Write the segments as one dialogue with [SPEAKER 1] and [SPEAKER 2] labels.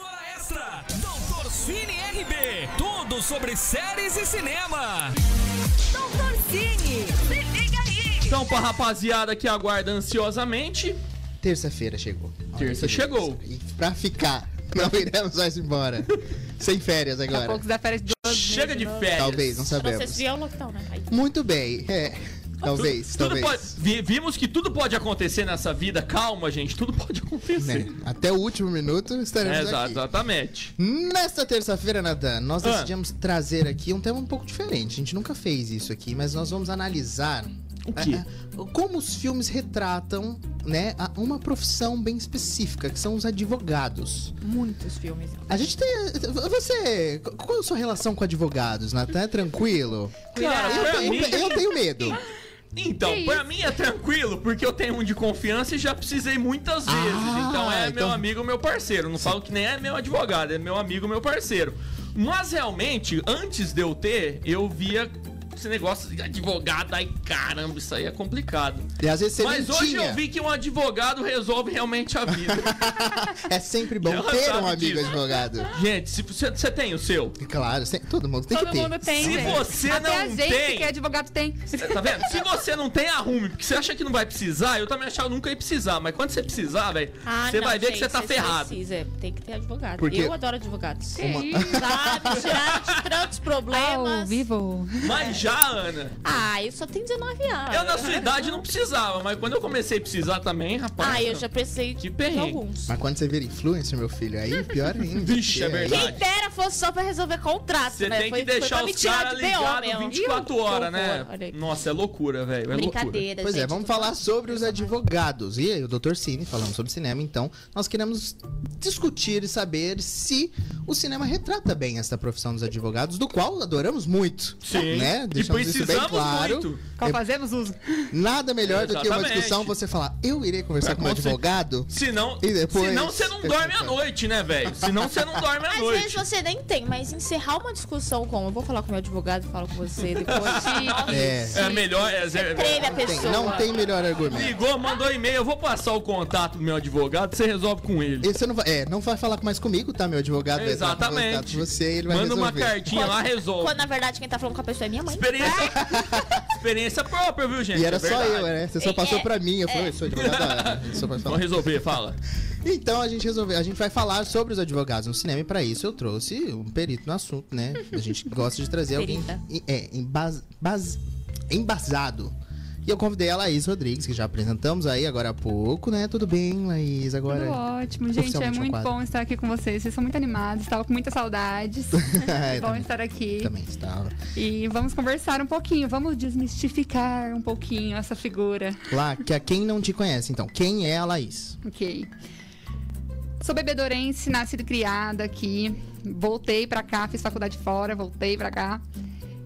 [SPEAKER 1] Mostra Doutor Cine RB. Tudo sobre séries e cinema.
[SPEAKER 2] Doutor Cine, se liga aí.
[SPEAKER 3] Então, pra rapaziada que aguarda ansiosamente,
[SPEAKER 4] Terça-feira chegou.
[SPEAKER 3] Terça
[SPEAKER 4] Olha que
[SPEAKER 3] chegou.
[SPEAKER 4] beleza. E pra ficar, não iremos mais embora. Sem férias
[SPEAKER 2] Daqui a
[SPEAKER 4] agora.
[SPEAKER 2] pouco da férias de dois
[SPEAKER 3] chega
[SPEAKER 2] meses
[SPEAKER 3] de
[SPEAKER 2] novo.
[SPEAKER 3] férias.
[SPEAKER 4] Talvez, não
[SPEAKER 5] Vocês
[SPEAKER 4] sabemos.
[SPEAKER 5] viram o lockdown, né? Aí.
[SPEAKER 4] Muito bem, é. Talvez,
[SPEAKER 3] Tudo
[SPEAKER 4] talvez.
[SPEAKER 3] pode- vi- vimos que tudo pode acontecer nessa vida. Calma, gente. Tudo pode acontecer.
[SPEAKER 4] Né? Até o último minuto estaremos
[SPEAKER 3] É, exa-
[SPEAKER 4] aqui.
[SPEAKER 3] exatamente.
[SPEAKER 4] Nesta terça-feira, Natan, nós
[SPEAKER 3] Ah.
[SPEAKER 4] decidimos trazer aqui um tema um pouco diferente. A gente nunca fez isso aqui, mas nós vamos analisar
[SPEAKER 3] O quê?
[SPEAKER 4] ah, ah, como os filmes retratam, né, a- uma profissão bem específica, que são os advogados.
[SPEAKER 2] Muitos filmes.
[SPEAKER 4] A gente tem. Você. Qual a sua relação com advogados, Natan? É tranquilo?
[SPEAKER 3] Cara,
[SPEAKER 4] Eu,
[SPEAKER 3] pra
[SPEAKER 4] tenho-
[SPEAKER 3] mim.
[SPEAKER 4] eu tenho medo.
[SPEAKER 3] Então,
[SPEAKER 5] Que
[SPEAKER 3] pra mim é tranquilo, porque eu tenho um de confiança e já precisei muitas vezes.
[SPEAKER 4] Ah,
[SPEAKER 3] então é
[SPEAKER 4] então-
[SPEAKER 3] meu amigo, meu parceiro. Não falo que nem é meu advogado, é meu amigo, meu parceiro. Mas realmente, antes de eu ter, eu via esse negócio de advogado. Ai, caramba, isso aí é complicado.
[SPEAKER 4] E às vezes você
[SPEAKER 3] Mas
[SPEAKER 4] nem
[SPEAKER 3] hoje
[SPEAKER 4] tinha.
[SPEAKER 3] eu vi que um advogado resolve realmente a vida.
[SPEAKER 4] É sempre bom
[SPEAKER 3] Ela
[SPEAKER 4] ter um
[SPEAKER 3] sabe
[SPEAKER 4] amigo
[SPEAKER 3] disso.
[SPEAKER 4] advogado.
[SPEAKER 3] Gente, se você, você tem o seu.
[SPEAKER 4] E Claro, se- todo mundo tem
[SPEAKER 5] Todo
[SPEAKER 4] que ter.
[SPEAKER 5] mundo tem,
[SPEAKER 3] Se
[SPEAKER 5] velho.
[SPEAKER 3] você
[SPEAKER 2] Até a
[SPEAKER 3] não
[SPEAKER 2] gente
[SPEAKER 3] tem.
[SPEAKER 2] que é advogado tem.
[SPEAKER 3] Tá vendo? Se você não tem, arrume. Porque você acha que não vai precisar, eu também achava que nunca ia precisar. Mas quando você precisar, velho,
[SPEAKER 5] Ah,
[SPEAKER 3] você
[SPEAKER 5] não,
[SPEAKER 3] vai ver que
[SPEAKER 5] gente,
[SPEAKER 3] você tá
[SPEAKER 5] vocês
[SPEAKER 3] ferrado.
[SPEAKER 5] Precisa, é, tem que ter advogado.
[SPEAKER 4] Porque-
[SPEAKER 5] Eu adoro advogados.
[SPEAKER 2] Uma-
[SPEAKER 5] Sabe, tirar de tantos problemas.
[SPEAKER 2] Ao vivo.
[SPEAKER 3] Mas já, Ana,
[SPEAKER 5] Ah, eu só tenho 19 anos.
[SPEAKER 3] eu na sua idade não precisava. Mas quando eu comecei a precisar também, rapaz.
[SPEAKER 5] Ah, eu já precisei de
[SPEAKER 3] Que perrengue.
[SPEAKER 5] alguns.
[SPEAKER 4] Mas quando você vira influencer, meu filho, aí pior ainda.
[SPEAKER 3] Vixe, é
[SPEAKER 4] Porque aí-
[SPEAKER 3] verdade.
[SPEAKER 5] Quem dera fosse só pra resolver contrato,
[SPEAKER 3] Você
[SPEAKER 5] né?
[SPEAKER 3] tem
[SPEAKER 5] Foi-
[SPEAKER 3] que
[SPEAKER 5] foi
[SPEAKER 3] deixar
[SPEAKER 5] pra me
[SPEAKER 3] os
[SPEAKER 5] tirar
[SPEAKER 3] caras
[SPEAKER 5] de BO
[SPEAKER 3] ligados
[SPEAKER 5] mesmo.
[SPEAKER 3] 24
[SPEAKER 5] Ih,
[SPEAKER 3] horas,
[SPEAKER 5] que horror, olha
[SPEAKER 3] né?
[SPEAKER 5] aí.
[SPEAKER 3] Nossa, é loucura, velho. É loucura.
[SPEAKER 5] Brincadeira,
[SPEAKER 4] Pois é,
[SPEAKER 5] gente,
[SPEAKER 4] vamos
[SPEAKER 5] tô
[SPEAKER 4] falar
[SPEAKER 5] falando.
[SPEAKER 4] sobre os advogados. E aí, o Dr. Cine, falando sobre cinema, então, nós queremos discutir e saber se o cinema retrata bem essa profissão dos advogados, do qual adoramos muito.
[SPEAKER 3] Sim.
[SPEAKER 4] Né?
[SPEAKER 3] E
[SPEAKER 4] Deixamos isso bem
[SPEAKER 3] precisamos
[SPEAKER 4] claro. É
[SPEAKER 3] muito.
[SPEAKER 2] Qual fazemos uso.
[SPEAKER 4] Nada melhor do que uma
[SPEAKER 3] Exatamente.
[SPEAKER 4] discussão você falar, eu irei conversar
[SPEAKER 3] É,
[SPEAKER 4] com um
[SPEAKER 3] com cer-
[SPEAKER 4] advogado.
[SPEAKER 3] Senão,
[SPEAKER 4] E depois-
[SPEAKER 3] senão você não dorme à noite, né, velho? Senão você não dorme à
[SPEAKER 5] Às
[SPEAKER 3] noite.
[SPEAKER 5] vezes você nem tem, mas encerrar uma discussão com. Eu vou falar com meu advogado, falo com você depois. Nossa,
[SPEAKER 4] É.
[SPEAKER 3] É melhor. É, é-
[SPEAKER 5] Treme a
[SPEAKER 4] Tem-
[SPEAKER 5] pessoa.
[SPEAKER 4] não tem melhor argumento.
[SPEAKER 3] Ligou, mandou e-mail. Eu vou passar o contato do meu advogado, você resolve com ele.
[SPEAKER 4] E Você não vai, é, não vai falar mais comigo, tá? Meu advogado vai entrar em contato
[SPEAKER 3] Exatamente.
[SPEAKER 4] com você e ele vai
[SPEAKER 3] Manda uma
[SPEAKER 4] resolver.
[SPEAKER 3] cartinha lá, resolve.
[SPEAKER 5] Quando na verdade quem tá falando com a pessoa é minha mãe.
[SPEAKER 3] Experiência, experiência própria, viu, gente?
[SPEAKER 4] E era
[SPEAKER 3] É
[SPEAKER 4] só
[SPEAKER 3] verdade.
[SPEAKER 4] eu, né? Você só
[SPEAKER 5] É,
[SPEAKER 4] passou
[SPEAKER 5] é,
[SPEAKER 4] pra mim. Eu falei, eu sou advogado da Ana, só pra falar.
[SPEAKER 3] Vamos resolver, fala.
[SPEAKER 4] Então a gente resolveu, a gente vai falar sobre os advogados no cinema e pra isso eu trouxe um perito no assunto, né? A gente gosta de trazer alguém
[SPEAKER 5] Perita.
[SPEAKER 4] em- é, embas, bas- embasado. E eu convidei a Laís Rodrigues, que já apresentamos aí agora há pouco, né? Tudo bem, Laís? Agora.
[SPEAKER 6] Tudo ótimo, gente. É
[SPEAKER 4] oficialmente
[SPEAKER 6] muito
[SPEAKER 4] ao quadro.
[SPEAKER 6] bom estar aqui com vocês. Vocês são muito animados. Estava com muitas saudades.
[SPEAKER 4] É,
[SPEAKER 6] É bom
[SPEAKER 4] também-
[SPEAKER 6] estar aqui.
[SPEAKER 4] Também estava.
[SPEAKER 6] E vamos conversar um pouquinho. Vamos desmistificar um pouquinho essa figura.
[SPEAKER 4] Lá, que a quem não te conhece, então, quem é a Laís?
[SPEAKER 6] Ok. Sou bebedorense, nascida e criada aqui. Voltei pra cá, fiz faculdade fora, voltei pra cá.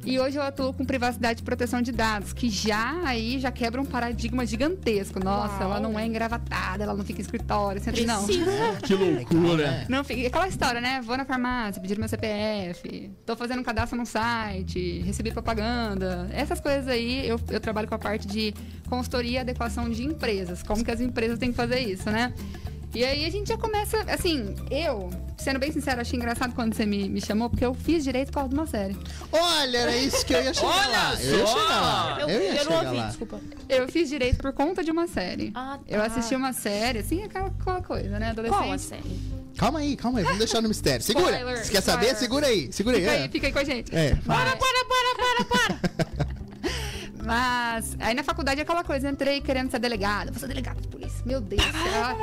[SPEAKER 6] E hoje eu atuo com privacidade e proteção de dados, que já aí já quebra um paradigma gigantesco. Nossa,
[SPEAKER 5] Uau.
[SPEAKER 6] ela não é engravatada, ela não fica em escritório, sempre não.
[SPEAKER 5] Precisa.
[SPEAKER 3] Que loucura.
[SPEAKER 6] Não, fica- aquela história, né? Vou na farmácia, pedir meu CPF, tô fazendo um cadastro num site, recebi propaganda. Essas coisas aí, eu, eu trabalho com a parte de consultoria e adequação de empresas. Como que as empresas têm que fazer isso, né? E aí a gente já começa, assim, eu, sendo bem sincero, achei engraçado quando você me, me chamou, porque eu fiz direito por causa de uma série.
[SPEAKER 4] Olha, era isso que eu ia chegar
[SPEAKER 3] Olha
[SPEAKER 4] lá. Eu ia
[SPEAKER 3] só!
[SPEAKER 4] chegar lá.
[SPEAKER 5] Eu,
[SPEAKER 4] Eu ia
[SPEAKER 5] eu não
[SPEAKER 4] chegar
[SPEAKER 5] ouvi,
[SPEAKER 4] lá.
[SPEAKER 5] desculpa.
[SPEAKER 6] Eu fiz direito por conta de uma série.
[SPEAKER 5] Ah,
[SPEAKER 6] Eu
[SPEAKER 5] tá.
[SPEAKER 6] assisti uma série, assim, aquela, aquela coisa, né? Adolescente.
[SPEAKER 5] Qual a série?
[SPEAKER 4] Calma aí, calma aí, vamos deixar no mistério. Segura!
[SPEAKER 6] Spoiler,
[SPEAKER 4] Quer saber?
[SPEAKER 6] spoiler.
[SPEAKER 4] Segura aí, segura aí.
[SPEAKER 6] Fica
[SPEAKER 4] é.
[SPEAKER 6] aí, fica aí com a gente.
[SPEAKER 4] É,
[SPEAKER 5] Para,
[SPEAKER 6] Mas-
[SPEAKER 5] para, para, para!
[SPEAKER 6] Mas aí na faculdade é aquela coisa, eu entrei querendo ser delegada, vou ser delegada de polícia, meu Deus. será?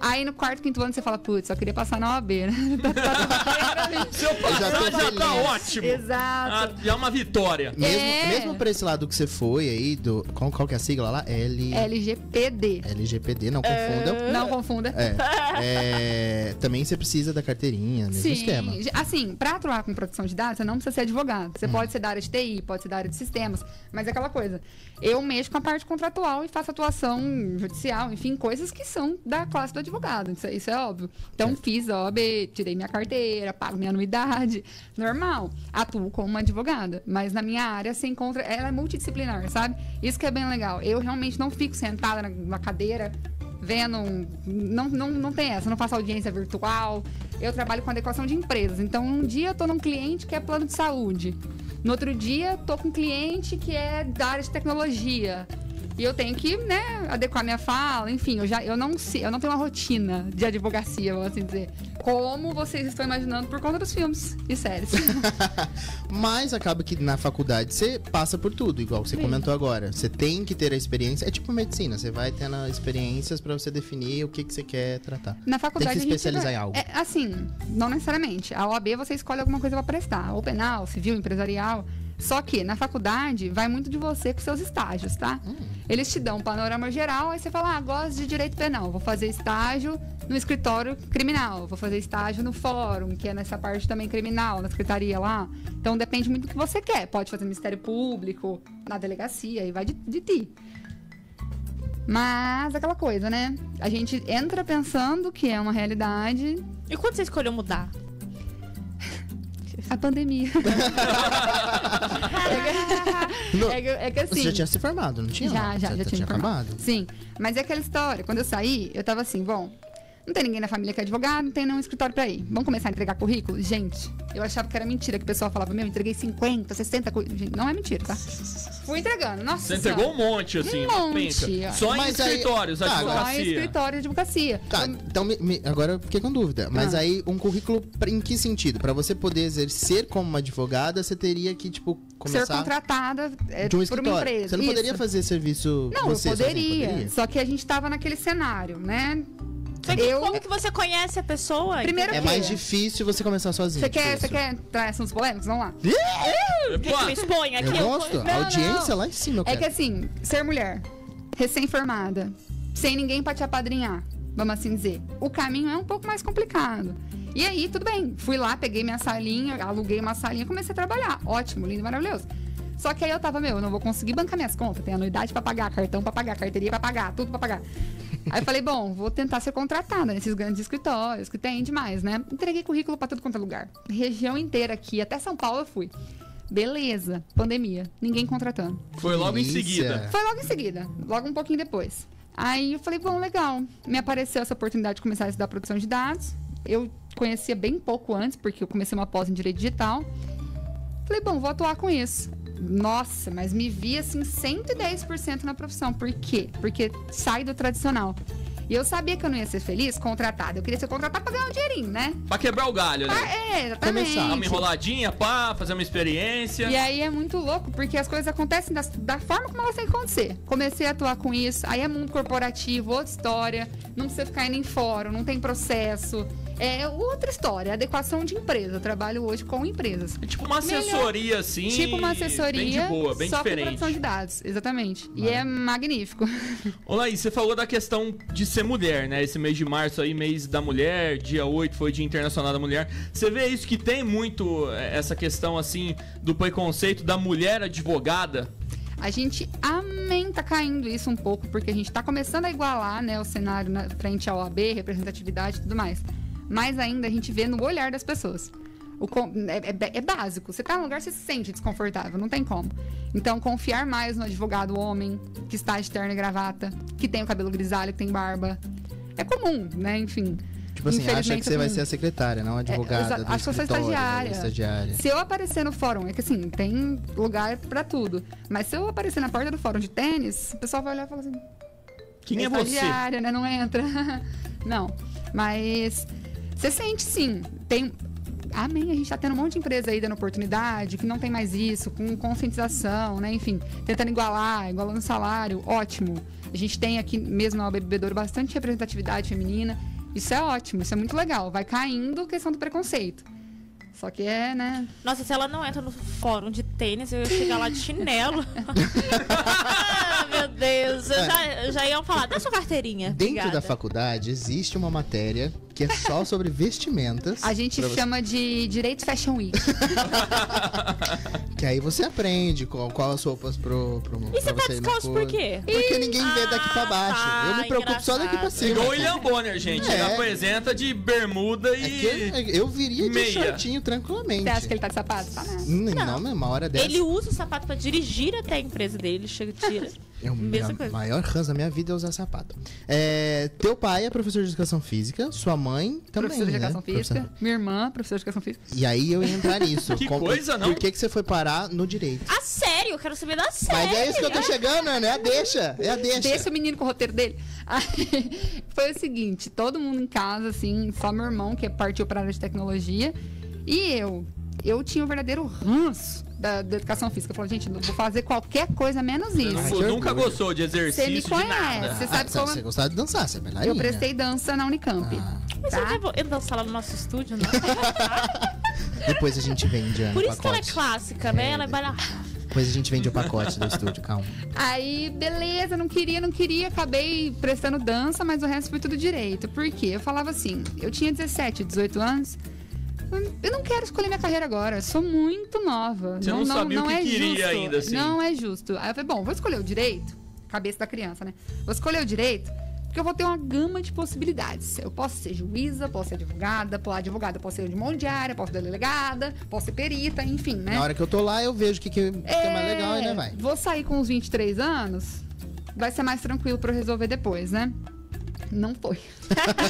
[SPEAKER 6] aí no quarto, quinto ano você fala, putz, só queria passar na OAB, né? Tá- tá tudo bem pra mim.
[SPEAKER 3] Se eu passar,
[SPEAKER 4] Eu já
[SPEAKER 3] já,
[SPEAKER 4] tô
[SPEAKER 3] tá
[SPEAKER 4] feliz.
[SPEAKER 3] ótimo. Ah,
[SPEAKER 6] Exato.
[SPEAKER 3] já é uma vitória.
[SPEAKER 4] Mesmo,
[SPEAKER 6] É.
[SPEAKER 4] mesmo pra esse lado que você foi aí, do, qual, qual que é a sigla lá? L,
[SPEAKER 6] LGPD.
[SPEAKER 4] LGPD, não
[SPEAKER 6] É.
[SPEAKER 4] confundam.
[SPEAKER 6] Não confunda.
[SPEAKER 4] É, é, também você precisa da carteirinha, mesmo
[SPEAKER 6] Sim,
[SPEAKER 4] esquema.
[SPEAKER 6] assim, pra atuar com proteção de dados, você não precisa ser advogado. Você pode ser da área de TI, pode ser da área de sistemas, mas é aquela coisa. Eu mexo com a parte contratual e faço atuação judicial, enfim, coisas que são da classe do advogado. Isso, isso é óbvio. Então, fiz a OAB, tirei minha carteira, pago minha anuidade. Normal. Atuo como uma advogada, mas na minha área você encontra. Ela é multidisciplinar, sabe? Isso que é bem legal. Eu realmente não fico sentada na- na cadeira vendo. um- Não, não, não tem essa, eu não faço audiência virtual. Eu trabalho com adequação de empresas. Então, um dia eu tô num cliente que é plano de saúde. No outro dia, tô com um cliente que é da área de tecnologia. E eu tenho que, né, adequar minha fala, enfim, eu já eu não sei, eu não tenho uma rotina de advocacia, vamos assim dizer. Como vocês estão imaginando por conta dos filmes e séries.
[SPEAKER 4] Mas acaba que na faculdade você passa por tudo, igual você comentou agora. Você tem que ter a experiência. É tipo medicina, você vai tendo experiências pra você definir o que, que você quer tratar.
[SPEAKER 6] Na faculdade
[SPEAKER 4] Tem que se
[SPEAKER 6] a gente
[SPEAKER 4] especializar
[SPEAKER 6] vai-
[SPEAKER 4] em algo.
[SPEAKER 6] É, assim, não necessariamente. A OAB você escolhe alguma coisa pra prestar, ou penal, civil, empresarial. Só que na faculdade vai muito de você com seus estágios, tá?
[SPEAKER 4] Hum.
[SPEAKER 6] Eles te dão um panorama geral, aí você fala: "Ah, gosto de direito penal, vou fazer estágio no escritório criminal, vou fazer estágio no fórum, que é nessa parte também criminal, na secretaria lá". Então depende muito do que você quer. Pode fazer no Ministério Público, na delegacia, e vai de, de ti. Mas aquela coisa, né? A gente entra pensando que é uma realidade
[SPEAKER 5] E quando você escolheu mudar?
[SPEAKER 6] a pandemia.
[SPEAKER 4] Não,
[SPEAKER 6] é, que, é que assim.
[SPEAKER 4] Você já tinha se formado, não tinha?
[SPEAKER 6] já,
[SPEAKER 4] não?
[SPEAKER 6] já,
[SPEAKER 4] Você
[SPEAKER 6] já tinha
[SPEAKER 4] acabado.
[SPEAKER 6] formado. Sim. Mas é aquela história. Quando eu saí, eu tava assim, bom, não tem ninguém na família que é advogado, não tem nenhum escritório pra ir. Vamos começar a entregar currículo? Gente, eu achava que era mentira, que o pessoal falava, meu, entreguei 50, 60 currículos. Gente, Não é mentira, tá? Fui entregando. Nossa
[SPEAKER 3] Você
[SPEAKER 6] Senhora.
[SPEAKER 3] entregou um monte, assim.
[SPEAKER 6] Um
[SPEAKER 3] uma
[SPEAKER 6] monte,
[SPEAKER 3] penca.
[SPEAKER 6] ó.
[SPEAKER 3] Só em
[SPEAKER 4] Mas aí-
[SPEAKER 3] escritórios,
[SPEAKER 4] tá,
[SPEAKER 6] Só em
[SPEAKER 3] advocacia.
[SPEAKER 6] escritório de advocacia.
[SPEAKER 4] Tá, então me- me- agora eu fiquei com dúvida. Mas
[SPEAKER 6] Ah.
[SPEAKER 4] aí, um currículo pra- em que sentido? Pra você poder exercer como uma advogada, você teria que, tipo,
[SPEAKER 6] Ser
[SPEAKER 4] começar
[SPEAKER 6] contratada é,
[SPEAKER 4] de um
[SPEAKER 6] por
[SPEAKER 4] escritório.
[SPEAKER 6] uma empresa.
[SPEAKER 4] Você não poderia
[SPEAKER 6] Isso.
[SPEAKER 4] fazer serviço
[SPEAKER 6] Não,
[SPEAKER 4] você
[SPEAKER 6] eu
[SPEAKER 4] sozinho,
[SPEAKER 6] poderia, Só que a gente tava naquele cenário, né?
[SPEAKER 5] Só que
[SPEAKER 6] Eu-
[SPEAKER 5] como que você conhece a pessoa?
[SPEAKER 6] Primeiro
[SPEAKER 4] É
[SPEAKER 6] que-
[SPEAKER 4] mais difícil você começar sozinho.
[SPEAKER 6] Você quer,
[SPEAKER 4] tipo
[SPEAKER 6] você
[SPEAKER 4] isso.
[SPEAKER 6] quer trazer assuntos polêmicos? Vamos lá.
[SPEAKER 5] Quer que me
[SPEAKER 6] É
[SPEAKER 5] expõe aqui?
[SPEAKER 4] Eu
[SPEAKER 5] Eu-
[SPEAKER 4] gosto.
[SPEAKER 6] Não,
[SPEAKER 4] a audiência
[SPEAKER 6] não.
[SPEAKER 4] lá em cima, eu
[SPEAKER 6] É
[SPEAKER 4] quero.
[SPEAKER 6] que assim, ser mulher, recém-formada, sem ninguém pra te apadrinhar, vamos assim dizer, o caminho é um pouco mais complicado. E aí, tudo bem. Fui lá, peguei minha salinha, aluguei uma salinha, comecei a trabalhar. Ótimo, lindo, maravilhoso. Só que aí eu tava, meu, eu não vou conseguir bancar minhas contas. Tem anuidade pra pagar, cartão pra pagar, carteirinha pra pagar, tudo pra pagar. Aí eu falei, bom, vou tentar ser contratada nesses grandes escritórios que tem demais, né? Entreguei currículo pra tudo quanto é lugar. Região inteira aqui, até São Paulo eu fui. Beleza, pandemia, ninguém contratando.
[SPEAKER 3] Foi logo em
[SPEAKER 4] Delícia.
[SPEAKER 3] seguida.
[SPEAKER 6] Foi logo em seguida, logo um pouquinho depois. Aí eu falei, bom, legal. Me apareceu essa oportunidade de começar a estudar produção de dados. Eu conhecia bem pouco antes, porque eu comecei uma pós em direito digital. Falei, bom, vou atuar com isso. Nossa, mas me vi assim 110% na profissão. Por quê? Porque sai do tradicional. E eu sabia que eu não ia ser feliz contratada. Eu queria ser contratada pra ganhar um dinheirinho, né?
[SPEAKER 3] Pra quebrar o galho,
[SPEAKER 6] Ah,
[SPEAKER 3] né?
[SPEAKER 6] é,
[SPEAKER 3] Dar uma
[SPEAKER 6] exatamente.
[SPEAKER 3] enroladinha, pá, fazer uma experiência.
[SPEAKER 6] E aí é muito louco, porque as coisas acontecem da, da forma como elas têm que acontecer. Comecei a atuar com isso, aí é mundo corporativo, outra história, não precisa ficar indo em fórum, não tem processo. É outra história, adequação de empresa. Eu trabalho hoje com empresas.
[SPEAKER 3] É tipo uma
[SPEAKER 6] Melhor.
[SPEAKER 3] assessoria, assim.
[SPEAKER 6] tipo uma assessoria,
[SPEAKER 3] Bem de boa, bem
[SPEAKER 6] só com
[SPEAKER 3] diferente.
[SPEAKER 6] produção de dados, exatamente. E é magnífico.
[SPEAKER 3] Ô Laís, você falou da questão de ser mulher, né? Esse mês de março aí, mês da mulher, dia 8 foi Dia Internacional da Mulher. Você vê isso que tem muito é, essa questão, assim, do preconceito da mulher advogada?
[SPEAKER 6] A gente amém tá caindo isso um pouco, porque a gente tá começando a igualar, né, o cenário na frente ao OAB, representatividade e tudo mais. Mas ainda a gente vê no olhar das pessoas. O con- é, é- é básico. Você tá num lugar, você se sente desconfortável, não tem como. Então, confiar mais no advogado homem, que está de terno e gravata, que tem o cabelo grisalho, que tem barba. É comum, né? Enfim.
[SPEAKER 4] Tipo assim, acha que
[SPEAKER 6] Infelizmente,
[SPEAKER 4] você
[SPEAKER 6] é
[SPEAKER 4] vai
[SPEAKER 6] comum.
[SPEAKER 4] ser a secretária, não a advogada.
[SPEAKER 6] exa-
[SPEAKER 4] do
[SPEAKER 6] acho que eu sou
[SPEAKER 4] escritório,
[SPEAKER 6] estagiária.
[SPEAKER 4] estagiária.
[SPEAKER 6] Se eu aparecer no fórum, é que assim, tem lugar pra tudo. Mas se eu aparecer na porta do fórum de tênis, o pessoal vai olhar e falar assim:
[SPEAKER 3] Quem é você?
[SPEAKER 6] estagiária, né? Não entra. Não. Mas você sente sim. Tem. Amém, a gente tá tendo um monte de empresa aí dando oportunidade, que não tem mais isso, com conscientização, né? Enfim, tentando igualar, igualando salário, ótimo. A gente tem aqui mesmo na bebedouro bastante representatividade feminina. Isso é ótimo, isso é muito legal. Vai caindo a questão do preconceito. Só que é, né?
[SPEAKER 5] Nossa, se ela não entra no fórum de tênis, eu ia chegar lá de chinelo. ah, meu Deus. Eu já, eu já iam falar, dá sua carteirinha.
[SPEAKER 4] É. Dentro da
[SPEAKER 5] Obrigada."
[SPEAKER 4] faculdade existe uma matéria que é só sobre vestimentas.
[SPEAKER 6] A gente
[SPEAKER 4] pra você-
[SPEAKER 6] chama de direito fashion week.
[SPEAKER 4] Que aí você aprende qual, qual as roupas pro, pro
[SPEAKER 5] E você
[SPEAKER 4] pra
[SPEAKER 5] tá
[SPEAKER 4] ir na
[SPEAKER 5] descalço
[SPEAKER 4] cor.
[SPEAKER 5] por quê?
[SPEAKER 4] Porque ninguém vê
[SPEAKER 5] Ah,
[SPEAKER 4] daqui pra baixo.
[SPEAKER 5] tá,
[SPEAKER 4] eu me preocupo só daqui pra
[SPEAKER 5] engraçado.
[SPEAKER 4] cima.
[SPEAKER 3] Igual o William Bonner, gente.
[SPEAKER 4] É.
[SPEAKER 3] Ela apresenta de bermuda
[SPEAKER 4] É
[SPEAKER 3] e...
[SPEAKER 4] que eu- eu viria de
[SPEAKER 3] Meia.
[SPEAKER 4] shortinho tranquilamente.
[SPEAKER 6] Você acha que ele tá de sapato? Tá, né?
[SPEAKER 4] Hum, Não, não, uma hora dessa.
[SPEAKER 5] Ele usa o sapato pra dirigir até a empresa dele, chega e tira.
[SPEAKER 4] É o
[SPEAKER 5] Mesma
[SPEAKER 4] meu-
[SPEAKER 5] coisa.
[SPEAKER 4] maior ranço da minha vida é usar sapato. É, teu pai é professor de educação física, sua mãe também,
[SPEAKER 6] professora de
[SPEAKER 4] né?
[SPEAKER 6] educação física.
[SPEAKER 4] Professora-
[SPEAKER 6] Minha irmã, professora de educação física.
[SPEAKER 4] E aí eu ia entrar nisso.
[SPEAKER 3] Que
[SPEAKER 4] Como-
[SPEAKER 3] coisa, não?
[SPEAKER 4] Por que, que você foi parar no direito?
[SPEAKER 5] A sério, eu quero saber da série.
[SPEAKER 4] Mas é isso que eu tô chegando, Ana. É a deixa. É a deixa.
[SPEAKER 6] Deixa o menino com o roteiro dele. Aí, foi o seguinte, todo mundo em casa, assim, só meu irmão, que partiu para área de tecnologia, e eu. Eu tinha o verdadeiro ranço da, da educação física. Eu falei, gente, eu vou fazer qualquer coisa menos
[SPEAKER 3] Você
[SPEAKER 6] isso.
[SPEAKER 3] nu- nunca
[SPEAKER 4] é orgulho.
[SPEAKER 3] gostou de exercício,
[SPEAKER 6] Você me
[SPEAKER 3] de nada. Ah,
[SPEAKER 6] conhece, você sabe
[SPEAKER 4] Ah, você,
[SPEAKER 6] como.
[SPEAKER 4] você gostava de dançar, você é bailarina.
[SPEAKER 6] Eu prestei dança na Unicamp.
[SPEAKER 3] Ah.
[SPEAKER 5] Mas
[SPEAKER 6] tá?
[SPEAKER 5] você não vai dançar lá no nosso estúdio, não?
[SPEAKER 4] Depois a gente vende Ana,
[SPEAKER 5] Por
[SPEAKER 4] o
[SPEAKER 5] isso que ela é
[SPEAKER 4] pacote.
[SPEAKER 5] clássica, né?
[SPEAKER 4] É,
[SPEAKER 5] Ela é bala...
[SPEAKER 4] Depois a gente vende o pacote do estúdio, calma.
[SPEAKER 6] Aí, beleza, não queria, não queria, acabei prestando dança, mas o resto foi tudo direito. Por quê? Eu falava assim, eu tinha 17, 18 anos, eu não quero escolher minha carreira agora, eu sou muito nova.
[SPEAKER 3] Você não sabia o que queria ainda, assim.
[SPEAKER 6] é Não é justo. Aí eu falei, bom, vou escolher o direito, cabeça da criança, né? Vou escolher o direito, porque eu vou ter uma gama de possibilidades. Eu posso ser juíza, posso ser advogada, posso advogada, posso ser de mão de área, posso ser delegada, posso ser perita, enfim, né?
[SPEAKER 4] Na hora que eu tô lá, eu vejo o que, que, que é mais legal e né, vai.
[SPEAKER 6] Vou sair com uns 23 anos, vai ser mais tranquilo pra eu resolver depois, né? Não foi.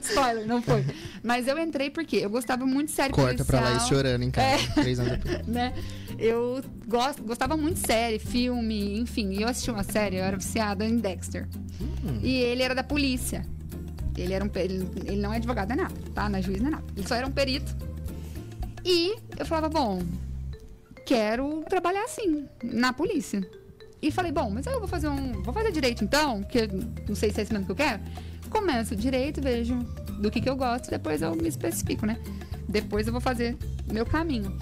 [SPEAKER 6] Spoiler, não foi. Mas eu entrei porque eu gostava muito de série
[SPEAKER 4] Corta pra
[SPEAKER 6] policial.
[SPEAKER 4] lá e chorando em casa.
[SPEAKER 6] É.
[SPEAKER 4] Três anos depois.
[SPEAKER 6] Né? Eu gosto, gostava muito de série, filme, enfim. E eu assisti uma série, eu era viciada em Dexter. E ele era da polícia. Ele, era um, pe- ele, ele não é advogado, é nada, tá? Não é juiz, não é nada. Ele só era um perito. E eu falava, bom, quero trabalhar assim, na polícia. E falei, bom, mas eu vou fazer um. Vou fazer direito então, porque eu não sei se é isso mesmo que eu quero. Começo direito, vejo do que, que eu gosto, depois eu me especifico, né? Depois eu vou fazer meu caminho.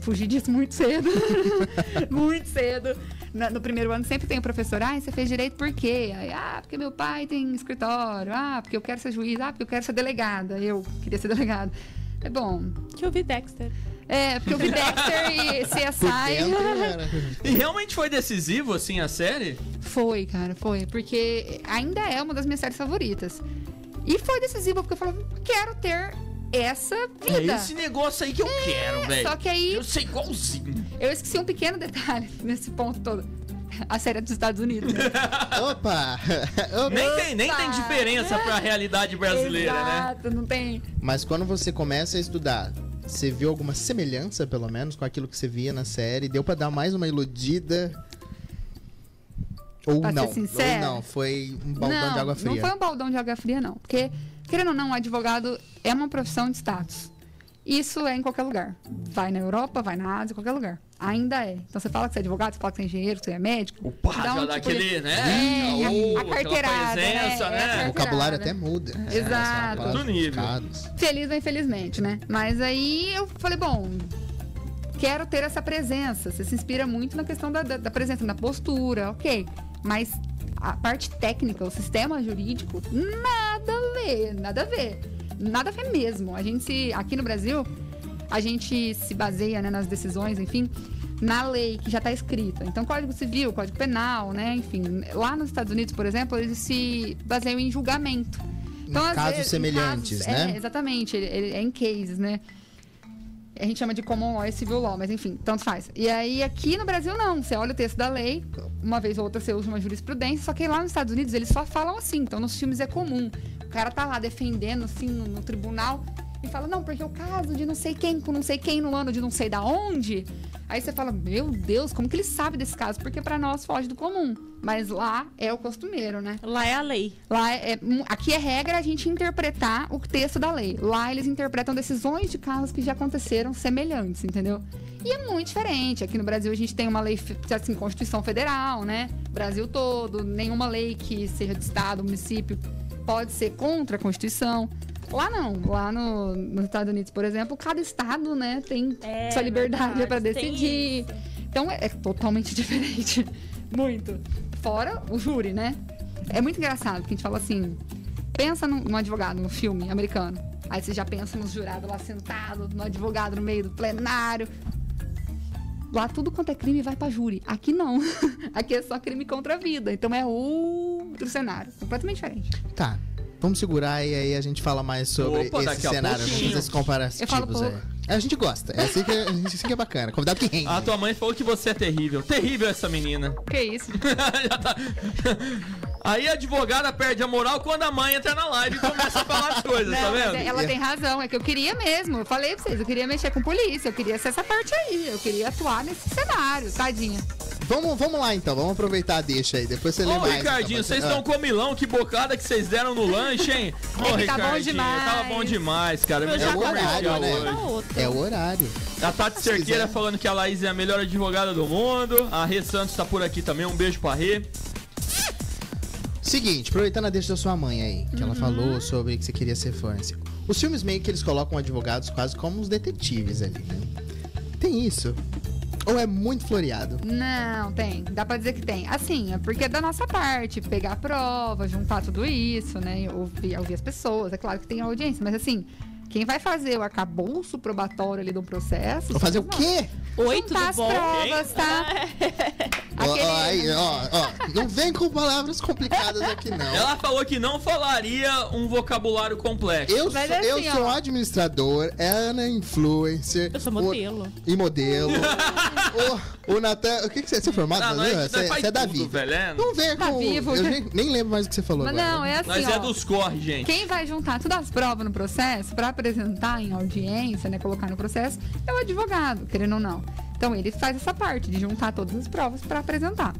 [SPEAKER 6] Fugi disso muito cedo. muito cedo. Na- No, primeiro ano sempre tem o professor, ah, você fez direito por quê? Aí, ah, porque meu pai tem escritório, ah, porque eu quero ser juiz, ah, porque eu quero ser delegada. Eu queria ser delegada. É bom.
[SPEAKER 5] Que eu vi Dexter.
[SPEAKER 6] É, porque eu vi Dexter e
[SPEAKER 4] Por
[SPEAKER 6] CSI.
[SPEAKER 4] dentro, era.
[SPEAKER 3] E realmente foi decisivo, assim, a série?
[SPEAKER 6] Foi, cara, foi. Porque ainda é uma das minhas séries favoritas. E foi decisiva, porque eu falava, quero ter essa vida.
[SPEAKER 3] É
[SPEAKER 6] É,
[SPEAKER 3] esse negócio aí que eu quero, velho.
[SPEAKER 6] só que aí-
[SPEAKER 3] Eu sei igualzinho.
[SPEAKER 6] Eu esqueci um pequeno detalhe nesse ponto todo. A série é dos Estados Unidos, né?
[SPEAKER 4] Opa! Opa!
[SPEAKER 3] Nem tem, nem tem diferença pra realidade brasileira, né?
[SPEAKER 6] Exato, não tem...
[SPEAKER 4] Mas quando você começa a estudar, você viu alguma semelhança, pelo menos, com aquilo que você via na série? Deu pra dar mais uma iludida? Ou
[SPEAKER 6] Pra ser
[SPEAKER 4] não? Ou
[SPEAKER 6] sincera?
[SPEAKER 4] não, foi um baldão
[SPEAKER 6] não,
[SPEAKER 4] de água
[SPEAKER 6] Não
[SPEAKER 4] fria.
[SPEAKER 6] foi um baldão de água fria, não. Porque, querendo ou não, o advogado é uma profissão de status. Isso é em qualquer lugar. Vai na Europa, vai na Ásia, qualquer lugar. Ainda é. Então você fala que você é advogado, você fala que você é engenheiro, que você é médico.
[SPEAKER 3] O pá,
[SPEAKER 6] Dá um
[SPEAKER 3] já dá
[SPEAKER 6] tipo
[SPEAKER 3] aquele,
[SPEAKER 6] de-
[SPEAKER 3] né?
[SPEAKER 6] É,
[SPEAKER 3] Ou
[SPEAKER 6] a
[SPEAKER 3] aquela
[SPEAKER 6] carteirada, né?
[SPEAKER 3] presença,
[SPEAKER 6] É a
[SPEAKER 4] O
[SPEAKER 3] né?
[SPEAKER 6] carteirada.
[SPEAKER 4] vocabulário até muda. é
[SPEAKER 6] Exato.
[SPEAKER 4] São palavras
[SPEAKER 3] Outro nível.
[SPEAKER 4] complicadas.
[SPEAKER 6] Feliz ou infelizmente, né? Mas aí eu falei, bom, quero ter essa presença. Você se inspira muito na questão da, da- da presença, na postura, ok. Mas a parte técnica, o sistema jurídico, nada a ver, nada a ver. Nada a ver mesmo. A gente se. Aqui no Brasil, a gente se baseia né, nas decisões, enfim, na lei que já está escrita. Então, Código Civil, Código Penal, né? Enfim, lá nos Estados Unidos, por exemplo, eles se baseiam em julgamento. Então, às
[SPEAKER 4] casos
[SPEAKER 6] vezes,
[SPEAKER 4] semelhantes,
[SPEAKER 6] casos- é,
[SPEAKER 4] né?
[SPEAKER 6] exatamente, ele- ele- é em cases, né? A gente chama de common law e civil law, mas enfim, tanto faz. E aí aqui no Brasil não, você olha o texto da lei, uma vez ou outra você usa uma jurisprudência, só que lá nos Estados Unidos eles só falam assim, então nos filmes é comum. O cara tá lá defendendo assim no, no tribunal e fala: "Não, porque o caso de não sei quem, com não sei quem no ano de não sei da onde". Aí você fala: "Meu Deus, como que ele sabe desse caso? Porque pra nós foge do comum". Mas lá é o costumeiro, né?
[SPEAKER 5] Lá é a lei.
[SPEAKER 6] Lá é, é- aqui é regra a gente interpretar o texto da lei. Lá eles interpretam decisões de casos que já aconteceram semelhantes, entendeu? E é muito diferente. Aqui no Brasil a gente tem uma lei, fe- assim, Constituição Federal, né? Brasil todo, nenhuma lei que seja de estado, município pode ser contra a Constituição. Lá não, lá no, nos Estados Unidos, por exemplo, cada estado, né, tem
[SPEAKER 5] É,
[SPEAKER 6] sua liberdade
[SPEAKER 5] verdade,
[SPEAKER 6] para
[SPEAKER 5] tem
[SPEAKER 6] decidir. Então é, é totalmente diferente. Muito. Fora o júri, né? É muito engraçado porque a gente fala assim: pensa num, num advogado, num filme americano. Aí você já pensa nos jurados lá sentado, no advogado no meio do plenário. Lá tudo quanto é crime vai pra júri. Aqui não. Aqui é só crime contra a vida. Então é outro cenário. Completamente diferente.
[SPEAKER 4] Tá. Vamos segurar e aí a gente fala mais sobre
[SPEAKER 3] Opa,
[SPEAKER 4] esse
[SPEAKER 3] daqui a
[SPEAKER 4] cenário. Vamos
[SPEAKER 3] pouquinho.
[SPEAKER 4] fazer esses
[SPEAKER 6] Eu falo
[SPEAKER 4] comparativos aí.
[SPEAKER 6] pouco.
[SPEAKER 4] A gente gosta. É assim que, é assim que é bacana. Convidado que rende.
[SPEAKER 3] A tua mãe falou que você é terrível. Terrível essa menina.
[SPEAKER 6] Que isso?
[SPEAKER 3] Já tá- Aí a advogada perde a moral quando a mãe entra na live e começa a falar as coisas, tá
[SPEAKER 6] Não, mas
[SPEAKER 3] vendo?
[SPEAKER 6] é- ela tem razão, é que eu queria mesmo. Eu falei pra vocês, eu queria mexer com polícia, eu queria ser essa parte aí, eu queria atuar nesse cenário, tadinha.
[SPEAKER 4] Vamos, vamos lá então, vamos aproveitar a deixa aí. Depois você lê
[SPEAKER 3] Ô,
[SPEAKER 4] mais.
[SPEAKER 3] Ricardinho,
[SPEAKER 4] então,
[SPEAKER 3] vocês
[SPEAKER 4] pra-
[SPEAKER 3] estão com milão, que bocada que vocês deram no lanche, hein? Ô,
[SPEAKER 6] É que tá bom
[SPEAKER 3] Ricardinho,
[SPEAKER 6] demais.
[SPEAKER 3] tava bom demais, cara.
[SPEAKER 5] Eu
[SPEAKER 3] Me
[SPEAKER 5] já
[SPEAKER 3] deu
[SPEAKER 4] Ah, é horário,
[SPEAKER 3] comercial
[SPEAKER 4] né?
[SPEAKER 3] hoje.
[SPEAKER 5] na outra.
[SPEAKER 4] É o horário.
[SPEAKER 3] A Tati Cerqueira
[SPEAKER 4] quiser.
[SPEAKER 3] falando que a Laís é a melhor advogada do mundo. A Rê Santos tá por aqui também. Um beijo pra Rê.
[SPEAKER 4] Seguinte, aproveitando a deixa da sua mãe aí, que
[SPEAKER 6] Uhum.
[SPEAKER 4] ela falou sobre que você queria ser forense. Os filmes meio que eles colocam advogados quase como os detetives ali, né? Tem isso. Ou é muito floreado.
[SPEAKER 6] Não, tem. Dá pra dizer que tem. Assim, é porque é da nossa parte, pegar a prova, juntar tudo isso, né? Ouvir, ouvir as pessoas. É claro que tem a audiência, mas assim, quem vai fazer o arcabouço probatório ali do processo?
[SPEAKER 4] Vou fazer o quê?
[SPEAKER 5] Oi, tudo
[SPEAKER 6] Juntar as
[SPEAKER 5] bom?
[SPEAKER 6] provas, tá?
[SPEAKER 4] Ó, ó,
[SPEAKER 6] Aquele-
[SPEAKER 4] aí, ó, ó, não vem com palavras complicadas aqui, não.
[SPEAKER 3] né? Ela falou que não falaria um vocabulário complexo.
[SPEAKER 4] Eu sou,
[SPEAKER 6] Mas é
[SPEAKER 4] eu
[SPEAKER 6] assim,
[SPEAKER 4] sou
[SPEAKER 6] ó.
[SPEAKER 4] administrador, Ana é influencer.
[SPEAKER 5] Eu sou
[SPEAKER 4] o-
[SPEAKER 5] modelo.
[SPEAKER 4] E modelo. o, o Natan. O que, que você, você é formado?
[SPEAKER 3] Ah,
[SPEAKER 4] Natan?
[SPEAKER 3] nós- nós
[SPEAKER 4] você,
[SPEAKER 3] faz
[SPEAKER 4] você é da
[SPEAKER 3] tudo,
[SPEAKER 4] vida.
[SPEAKER 3] velho, é?
[SPEAKER 4] Não vem
[SPEAKER 6] Tá
[SPEAKER 4] com.
[SPEAKER 6] vivo,
[SPEAKER 4] eu
[SPEAKER 6] né?
[SPEAKER 4] nem, nem lembro mais o que você falou
[SPEAKER 6] Mas
[SPEAKER 4] agora.
[SPEAKER 6] não, é assim,
[SPEAKER 3] Nós
[SPEAKER 6] ó.
[SPEAKER 3] é dos corre, gente.
[SPEAKER 6] Quem vai juntar todas as provas no processo para apresentar em audiência, né, colocar no processo, é o advogado, querendo ou não. Então ele faz essa parte de juntar todas as provas para apresentar.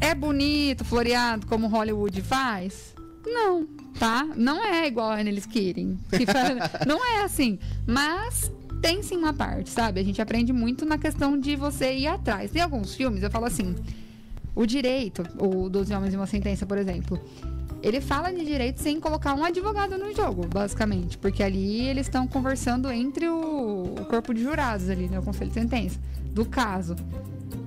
[SPEAKER 6] É bonito, floreado como Hollywood faz? Não, tá? Não é igual eles querem. Que fa- não é assim, mas tem sim uma parte, sabe? A gente aprende muito na questão de você ir atrás. Tem alguns filmes, eu falo assim, o direito, o 12 homens e uma sentença, por exemplo, ele fala de direito sem colocar um advogado no jogo, basicamente. Porque ali eles estão conversando entre o, o corpo de jurados ali, né? O conselho de sentença, do caso.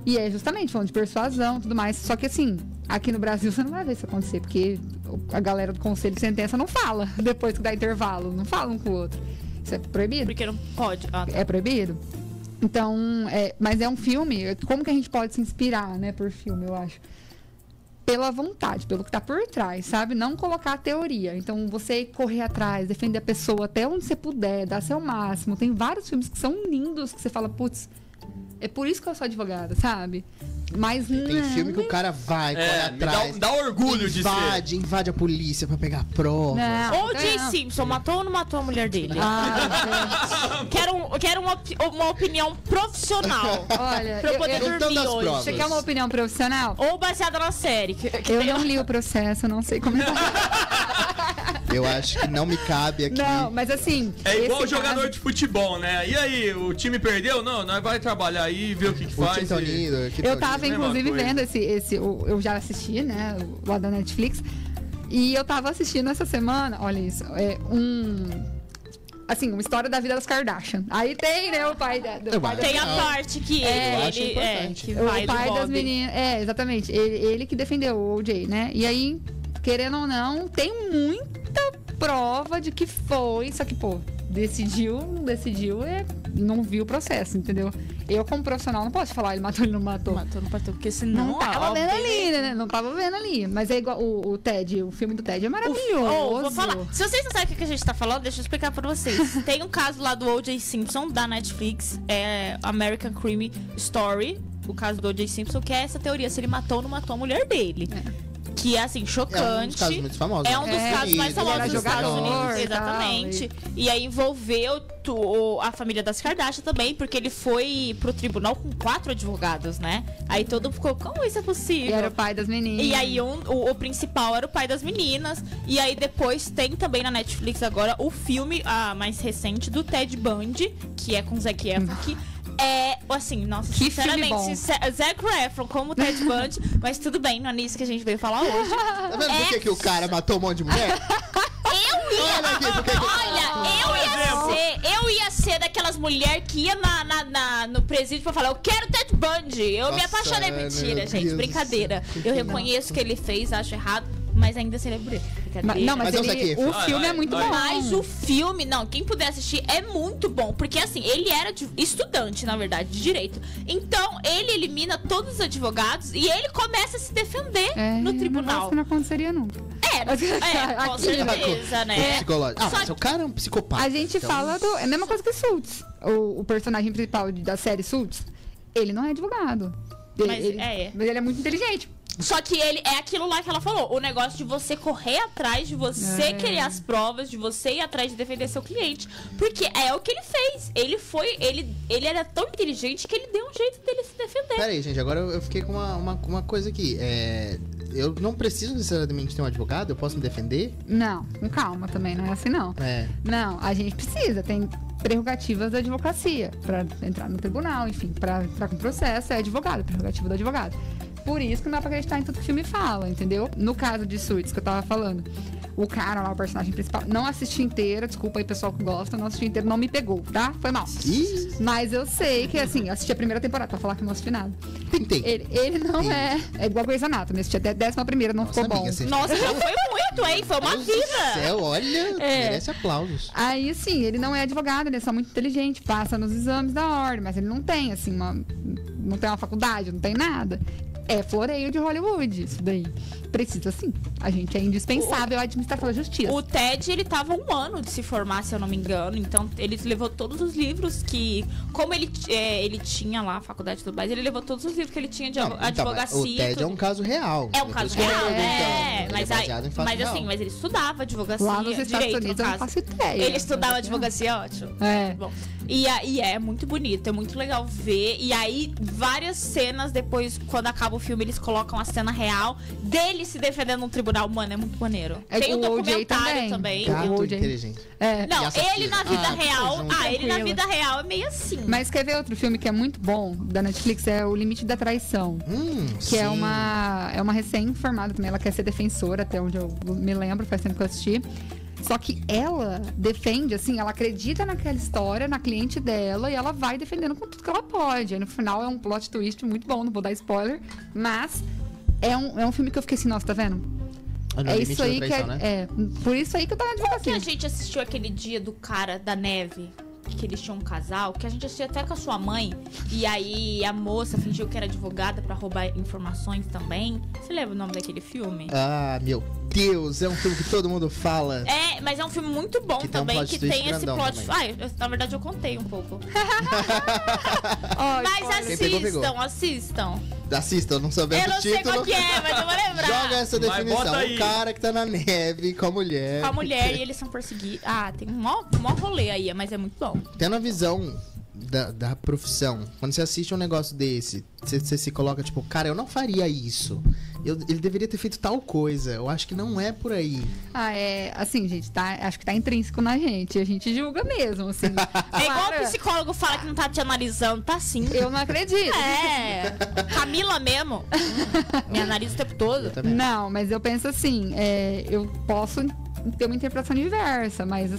[SPEAKER 6] E é justamente falando de persuasão e tudo mais. Só que assim, aqui no Brasil você não vai ver isso acontecer, porque o- a galera do conselho de sentença não fala depois que dá intervalo, não fala um com o outro. Isso é proibido
[SPEAKER 5] Porque não pode. Ah, tá.
[SPEAKER 6] é proibido. Então, é, mas é um filme. Como que a gente pode se inspirar, né, por filme, eu acho? Pela vontade, pelo que tá por trás, sabe? Não colocar a teoria. Então, você correr atrás, defender a pessoa até onde você puder, dar seu máximo. Tem vários filmes que são lindos que você fala, putz, é por isso que eu sou advogada, sabe? Mas
[SPEAKER 5] é
[SPEAKER 4] Tem
[SPEAKER 6] não,
[SPEAKER 4] filme que o cara vai,
[SPEAKER 3] É,
[SPEAKER 4] corre
[SPEAKER 3] me dá-
[SPEAKER 4] atrás.
[SPEAKER 3] dá orgulho de ser.
[SPEAKER 4] invade, Invade a polícia pra pegar a prova.
[SPEAKER 6] Não,
[SPEAKER 5] Ou o Jay
[SPEAKER 6] não.
[SPEAKER 5] Simpson matou ou não matou a mulher dele?
[SPEAKER 6] Ah,
[SPEAKER 5] Quero, um- quero uma, opi- uma opinião profissional.
[SPEAKER 6] olha,
[SPEAKER 5] pra eu
[SPEAKER 6] eu-
[SPEAKER 5] poder
[SPEAKER 6] eu-
[SPEAKER 4] Então
[SPEAKER 5] dormir
[SPEAKER 4] das
[SPEAKER 5] hoje.
[SPEAKER 4] provas.
[SPEAKER 6] você quer uma opinião profissional?
[SPEAKER 5] Ou baseada na série. que- que-
[SPEAKER 6] Eu não li o processo, eu não sei é comentar.
[SPEAKER 4] Eu acho que não me cabe aqui.
[SPEAKER 6] Não, mas assim.
[SPEAKER 3] É igual
[SPEAKER 6] esse
[SPEAKER 3] jogador
[SPEAKER 6] caso-
[SPEAKER 3] de futebol, né? E aí, o time perdeu? Não, nós vai trabalhar aí, ver o que, que
[SPEAKER 4] O
[SPEAKER 3] faz. e-
[SPEAKER 4] Tintonido, que
[SPEAKER 6] Eu
[SPEAKER 4] Tintonido.
[SPEAKER 6] tava,
[SPEAKER 3] mesma
[SPEAKER 6] inclusive,
[SPEAKER 3] coisa.
[SPEAKER 6] vendo esse. esse o- eu já assisti, né? o- Lá da Netflix. E eu tava assistindo essa semana, olha isso, é um. Assim, uma história da vida das Kardashian. Aí tem, né, o pai da. do
[SPEAKER 4] Eu
[SPEAKER 6] pai da-
[SPEAKER 5] Tem a
[SPEAKER 4] Não.
[SPEAKER 5] parte que
[SPEAKER 6] É,
[SPEAKER 5] ele,
[SPEAKER 4] eu acho
[SPEAKER 5] ele- é,
[SPEAKER 4] importante.
[SPEAKER 5] que vai
[SPEAKER 6] o pai
[SPEAKER 5] do
[SPEAKER 6] das
[SPEAKER 5] Bob.
[SPEAKER 6] meninas. É, exatamente. Ele, ele que defendeu o OJ, né? E aí, querendo ou não, tem muita prova de que foi. Só que, pô, decidiu, não decidiu, é, não viu o processo, entendeu? Eu, como profissional, não posso falar, ele matou, ele não matou.
[SPEAKER 5] Matou no pastor, porque senão. tá
[SPEAKER 6] Não, tava
[SPEAKER 5] ó,
[SPEAKER 6] vendo
[SPEAKER 5] beleza.
[SPEAKER 6] ali, né? Não tava vendo ali. Mas é igual o, o Ted, o filme do Ted é maravilhoso.
[SPEAKER 5] Oh, vou falar. Se vocês não sabem o que que a gente tá falando, deixa eu explicar pra vocês. Tem um caso lá do O.J. Simpson, da Netflix, é American Crime Story, o caso do O.J. Simpson, que é essa teoria, se ele matou ou não matou a mulher dele. Que é, assim,
[SPEAKER 4] É um dos
[SPEAKER 5] chocante.
[SPEAKER 4] casos muito famosos.
[SPEAKER 5] É um dos
[SPEAKER 6] É,
[SPEAKER 5] casos mais
[SPEAKER 6] ele era
[SPEAKER 5] famosos dos Estados
[SPEAKER 6] jogador
[SPEAKER 5] Unidos.
[SPEAKER 6] e tal,
[SPEAKER 5] Exatamente. E... aí envolveu tu- o- a família das Kardashian também, porque ele foi pro tribunal com quatro advogados, né? Aí todo mundo ficou, como isso é
[SPEAKER 6] E
[SPEAKER 5] possível?
[SPEAKER 6] era o pai das meninas.
[SPEAKER 5] E aí um- o, o principal era o pai das meninas. E aí depois tem também na Netflix agora o filme a mais recente do Ted Bundy, que é com Zac Efron, que é assim, nossa,
[SPEAKER 6] Que filme
[SPEAKER 5] sinceramente,
[SPEAKER 6] bom.
[SPEAKER 5] sincer- Zac Efron como Ted Bundy, mas tudo bem, não é nisso que a gente veio falar hoje.
[SPEAKER 4] Tá vendo por que,
[SPEAKER 5] É.
[SPEAKER 4] que o cara matou um monte de mulher?
[SPEAKER 5] Eu ia
[SPEAKER 4] Olha aqui, por que que-
[SPEAKER 5] Olha, eu ia ser, eu ia ser daquelas mulheres que ia na, na- na- no presídio pra falar, eu quero Ted Bundy. Eu me
[SPEAKER 4] Nossa,
[SPEAKER 5] apaixonei. Mentira,
[SPEAKER 4] meu
[SPEAKER 5] gente.
[SPEAKER 4] Deus
[SPEAKER 5] brincadeira.
[SPEAKER 4] do céu.
[SPEAKER 5] Eu reconheço que ele fez, acho errado, mas ainda seria bonito.
[SPEAKER 6] Ma-
[SPEAKER 5] Brincadeira.
[SPEAKER 6] Não, mas,
[SPEAKER 4] Mas é o
[SPEAKER 6] ele,
[SPEAKER 4] Zac
[SPEAKER 6] o
[SPEAKER 4] Efron.
[SPEAKER 3] Vai,
[SPEAKER 6] filme
[SPEAKER 3] vai,
[SPEAKER 6] é muito
[SPEAKER 3] vai.
[SPEAKER 6] bom.
[SPEAKER 5] Mas o filme, não, quem puder assistir é muito bom. Porque assim, ele era de- estudante, na verdade, de direito. Então, ele elimina todos os advogados e ele começa a se defender
[SPEAKER 6] É,
[SPEAKER 5] no
[SPEAKER 6] um negócio
[SPEAKER 5] tribunal.
[SPEAKER 6] que não aconteceria nunca.
[SPEAKER 5] É, com
[SPEAKER 6] Aqui, ó.
[SPEAKER 5] certeza, né?
[SPEAKER 4] Psicológico. Ah,
[SPEAKER 5] Só
[SPEAKER 4] mas o cara é um psicopata.
[SPEAKER 6] A gente
[SPEAKER 4] então-
[SPEAKER 6] fala do. É a mesma coisa que Sultz. O, o personagem principal de- da série Sultz, ele não é advogado. Ele-
[SPEAKER 5] Mas
[SPEAKER 6] ele,
[SPEAKER 5] é.
[SPEAKER 6] mas ele é muito inteligente.
[SPEAKER 5] Só que ele é aquilo lá que ela falou. O negócio de você correr atrás, de você
[SPEAKER 6] É.
[SPEAKER 5] criar as provas, de você ir atrás de defender seu cliente. Porque é o que ele fez. Ele foi. Ele, ele era tão inteligente que ele deu um jeito dele se defender.
[SPEAKER 4] Pera aí, gente, agora eu eu fiquei com uma, uma, uma coisa aqui. É, eu não preciso necessariamente ter um advogado, eu posso me defender?
[SPEAKER 6] Não, com calma também, não é assim não.
[SPEAKER 4] É.
[SPEAKER 6] Não, a gente precisa, tem prerrogativas da advocacia para entrar no tribunal, enfim, para entrar com processo, é advogado, prerrogativa do advogado. Por isso que não dá pra acreditar em tudo que o filme fala, entendeu? No caso de Suits, que eu tava falando, o cara lá, o personagem principal, não assisti inteira, desculpa aí pessoal que gosta, não assisti inteira, não me pegou, tá? Foi mal.
[SPEAKER 4] Ih,
[SPEAKER 6] Mas eu sei que, assim, eu assisti a primeira temporada, pra falar que eu não assisti nada.
[SPEAKER 4] tentei.
[SPEAKER 6] Ele, ele não é. É igual Grey's Anatomy, assisti até a décima primeira, não
[SPEAKER 4] Nossa,
[SPEAKER 6] ficou bom.
[SPEAKER 4] amiga, você-
[SPEAKER 5] Nossa, já foi muito, hein? Foi uma
[SPEAKER 4] Deus do
[SPEAKER 5] vida.
[SPEAKER 4] céu, olha,
[SPEAKER 5] tá É.
[SPEAKER 4] merece aplausos.
[SPEAKER 6] Aí, assim, ele não é advogado, ele é só muito inteligente, passa nos exames da ordem, mas ele não tem, assim, uma, não tem uma faculdade, não tem nada. É floreio de Hollywood, isso daí. Precisa, sim. A gente é indispensável à administração da justiça.
[SPEAKER 5] O Ted, ele tava um ano de se formar, se eu não me engano. Então, ele levou todos os livros que. Como ele, é, ele tinha lá a faculdade e tudo mais, ele levou todos os livros que ele tinha de
[SPEAKER 4] Não, então, mas
[SPEAKER 5] advogacia.
[SPEAKER 4] o TED é
[SPEAKER 5] tudo.
[SPEAKER 4] um caso real.
[SPEAKER 5] É um
[SPEAKER 4] Depois
[SPEAKER 5] caso
[SPEAKER 4] que eu
[SPEAKER 5] real,
[SPEAKER 4] pergunto,
[SPEAKER 5] né?
[SPEAKER 4] ele
[SPEAKER 5] Mas,
[SPEAKER 4] é
[SPEAKER 5] aí,
[SPEAKER 4] baseado em fato
[SPEAKER 5] mas assim,
[SPEAKER 4] real.
[SPEAKER 5] mas ele estudava advogacia,
[SPEAKER 6] Lá nos Estados
[SPEAKER 5] direito,
[SPEAKER 6] Unidos
[SPEAKER 5] no
[SPEAKER 6] eu
[SPEAKER 5] caso.
[SPEAKER 6] não faço ideia. né?
[SPEAKER 5] Ele estudava advogacia, ótimo.
[SPEAKER 6] É.
[SPEAKER 5] Bom, e, a- e é muito bonito, é muito legal ver. E aí, várias cenas depois, quando acaba o filme, eles colocam a cena real dele se defendendo no tribunal. Mano, é muito maneiro.
[SPEAKER 6] É,
[SPEAKER 5] Tem um
[SPEAKER 6] o OJ
[SPEAKER 5] documentário
[SPEAKER 6] também.
[SPEAKER 5] também.
[SPEAKER 6] Tá.
[SPEAKER 4] Gato
[SPEAKER 6] O OJ.
[SPEAKER 4] inteligente.
[SPEAKER 6] É.
[SPEAKER 5] Não,
[SPEAKER 4] E a safira.
[SPEAKER 5] ele na vida
[SPEAKER 4] Ah,
[SPEAKER 5] real.
[SPEAKER 4] tudo junto.
[SPEAKER 5] Ah, ele na
[SPEAKER 6] Tranquilo.
[SPEAKER 5] vida real é meio assim.
[SPEAKER 6] Mas quer ver outro filme que é muito bom da Netflix? É O Limite da Traição.
[SPEAKER 4] Hum,
[SPEAKER 6] Que é uma, é uma recém-formada também. Ela quer ser defensora, até onde eu me lembro, faz tempo que eu assisti. Só que ela defende, assim, ela acredita naquela história, na cliente dela, e ela vai defendendo com tudo que ela pode. Aí no final é um plot twist muito bom, não vou dar spoiler, mas é um, é um filme que eu fiquei assim, nossa, tá vendo?
[SPEAKER 4] No
[SPEAKER 6] é
[SPEAKER 4] Ah, limite
[SPEAKER 6] isso
[SPEAKER 4] da
[SPEAKER 6] aí que é,
[SPEAKER 4] traição, né?
[SPEAKER 6] é. Por isso aí que eu assim. tava
[SPEAKER 5] que a
[SPEAKER 6] advocacia.
[SPEAKER 5] gente assistiu aquele dia do cara da neve? Que eles tinham um casal, que a gente assistiu até com a sua mãe. E aí a moça fingiu que era advogada pra roubar informações também. Você lembra o nome daquele filme?
[SPEAKER 4] Ah, meu Deus, é um filme que todo mundo fala.
[SPEAKER 5] É, mas é um filme muito bom
[SPEAKER 4] Que tem um
[SPEAKER 5] também,
[SPEAKER 4] plot
[SPEAKER 5] que
[SPEAKER 4] twist
[SPEAKER 5] tem esse
[SPEAKER 4] grandão
[SPEAKER 5] plot.
[SPEAKER 4] também.
[SPEAKER 5] Ah, eu- na verdade eu contei um pouco.
[SPEAKER 6] Ó,
[SPEAKER 5] Mas
[SPEAKER 6] spoiler.
[SPEAKER 5] assistam,
[SPEAKER 4] Quem pegou, pegou.
[SPEAKER 5] assistam.
[SPEAKER 4] Assista, eu não souber
[SPEAKER 5] eu não
[SPEAKER 4] o
[SPEAKER 5] sei
[SPEAKER 4] título.
[SPEAKER 5] qual que é, mas eu vou lembrar.
[SPEAKER 4] Joga essa
[SPEAKER 3] Mas
[SPEAKER 4] definição.
[SPEAKER 3] bota aí.
[SPEAKER 4] O cara que tá na neve com a mulher.
[SPEAKER 5] Com a mulher e eles são perseguidos. Ah, tem um mó, mó rolê aí, mas é muito bom.
[SPEAKER 4] Tendo a visão da, da profissão, quando você assiste um negócio desse, você, você se coloca tipo, cara, eu não faria isso. Eu- ele deveria ter feito tal coisa. Eu acho que não é por aí.
[SPEAKER 6] Ah, é. Assim, gente, tá, acho que tá intrínseco na gente. A gente julga mesmo, assim.
[SPEAKER 5] É igual o
[SPEAKER 6] Claro.
[SPEAKER 5] psicólogo fala que não tá te analisando, tá sim.
[SPEAKER 6] Eu não acredito.
[SPEAKER 5] É. Camila mesmo. Me analisa o tempo todo.
[SPEAKER 4] Tá vendo?
[SPEAKER 6] Não, mas eu penso assim, é, eu posso ter uma interpretação diversa, mas eu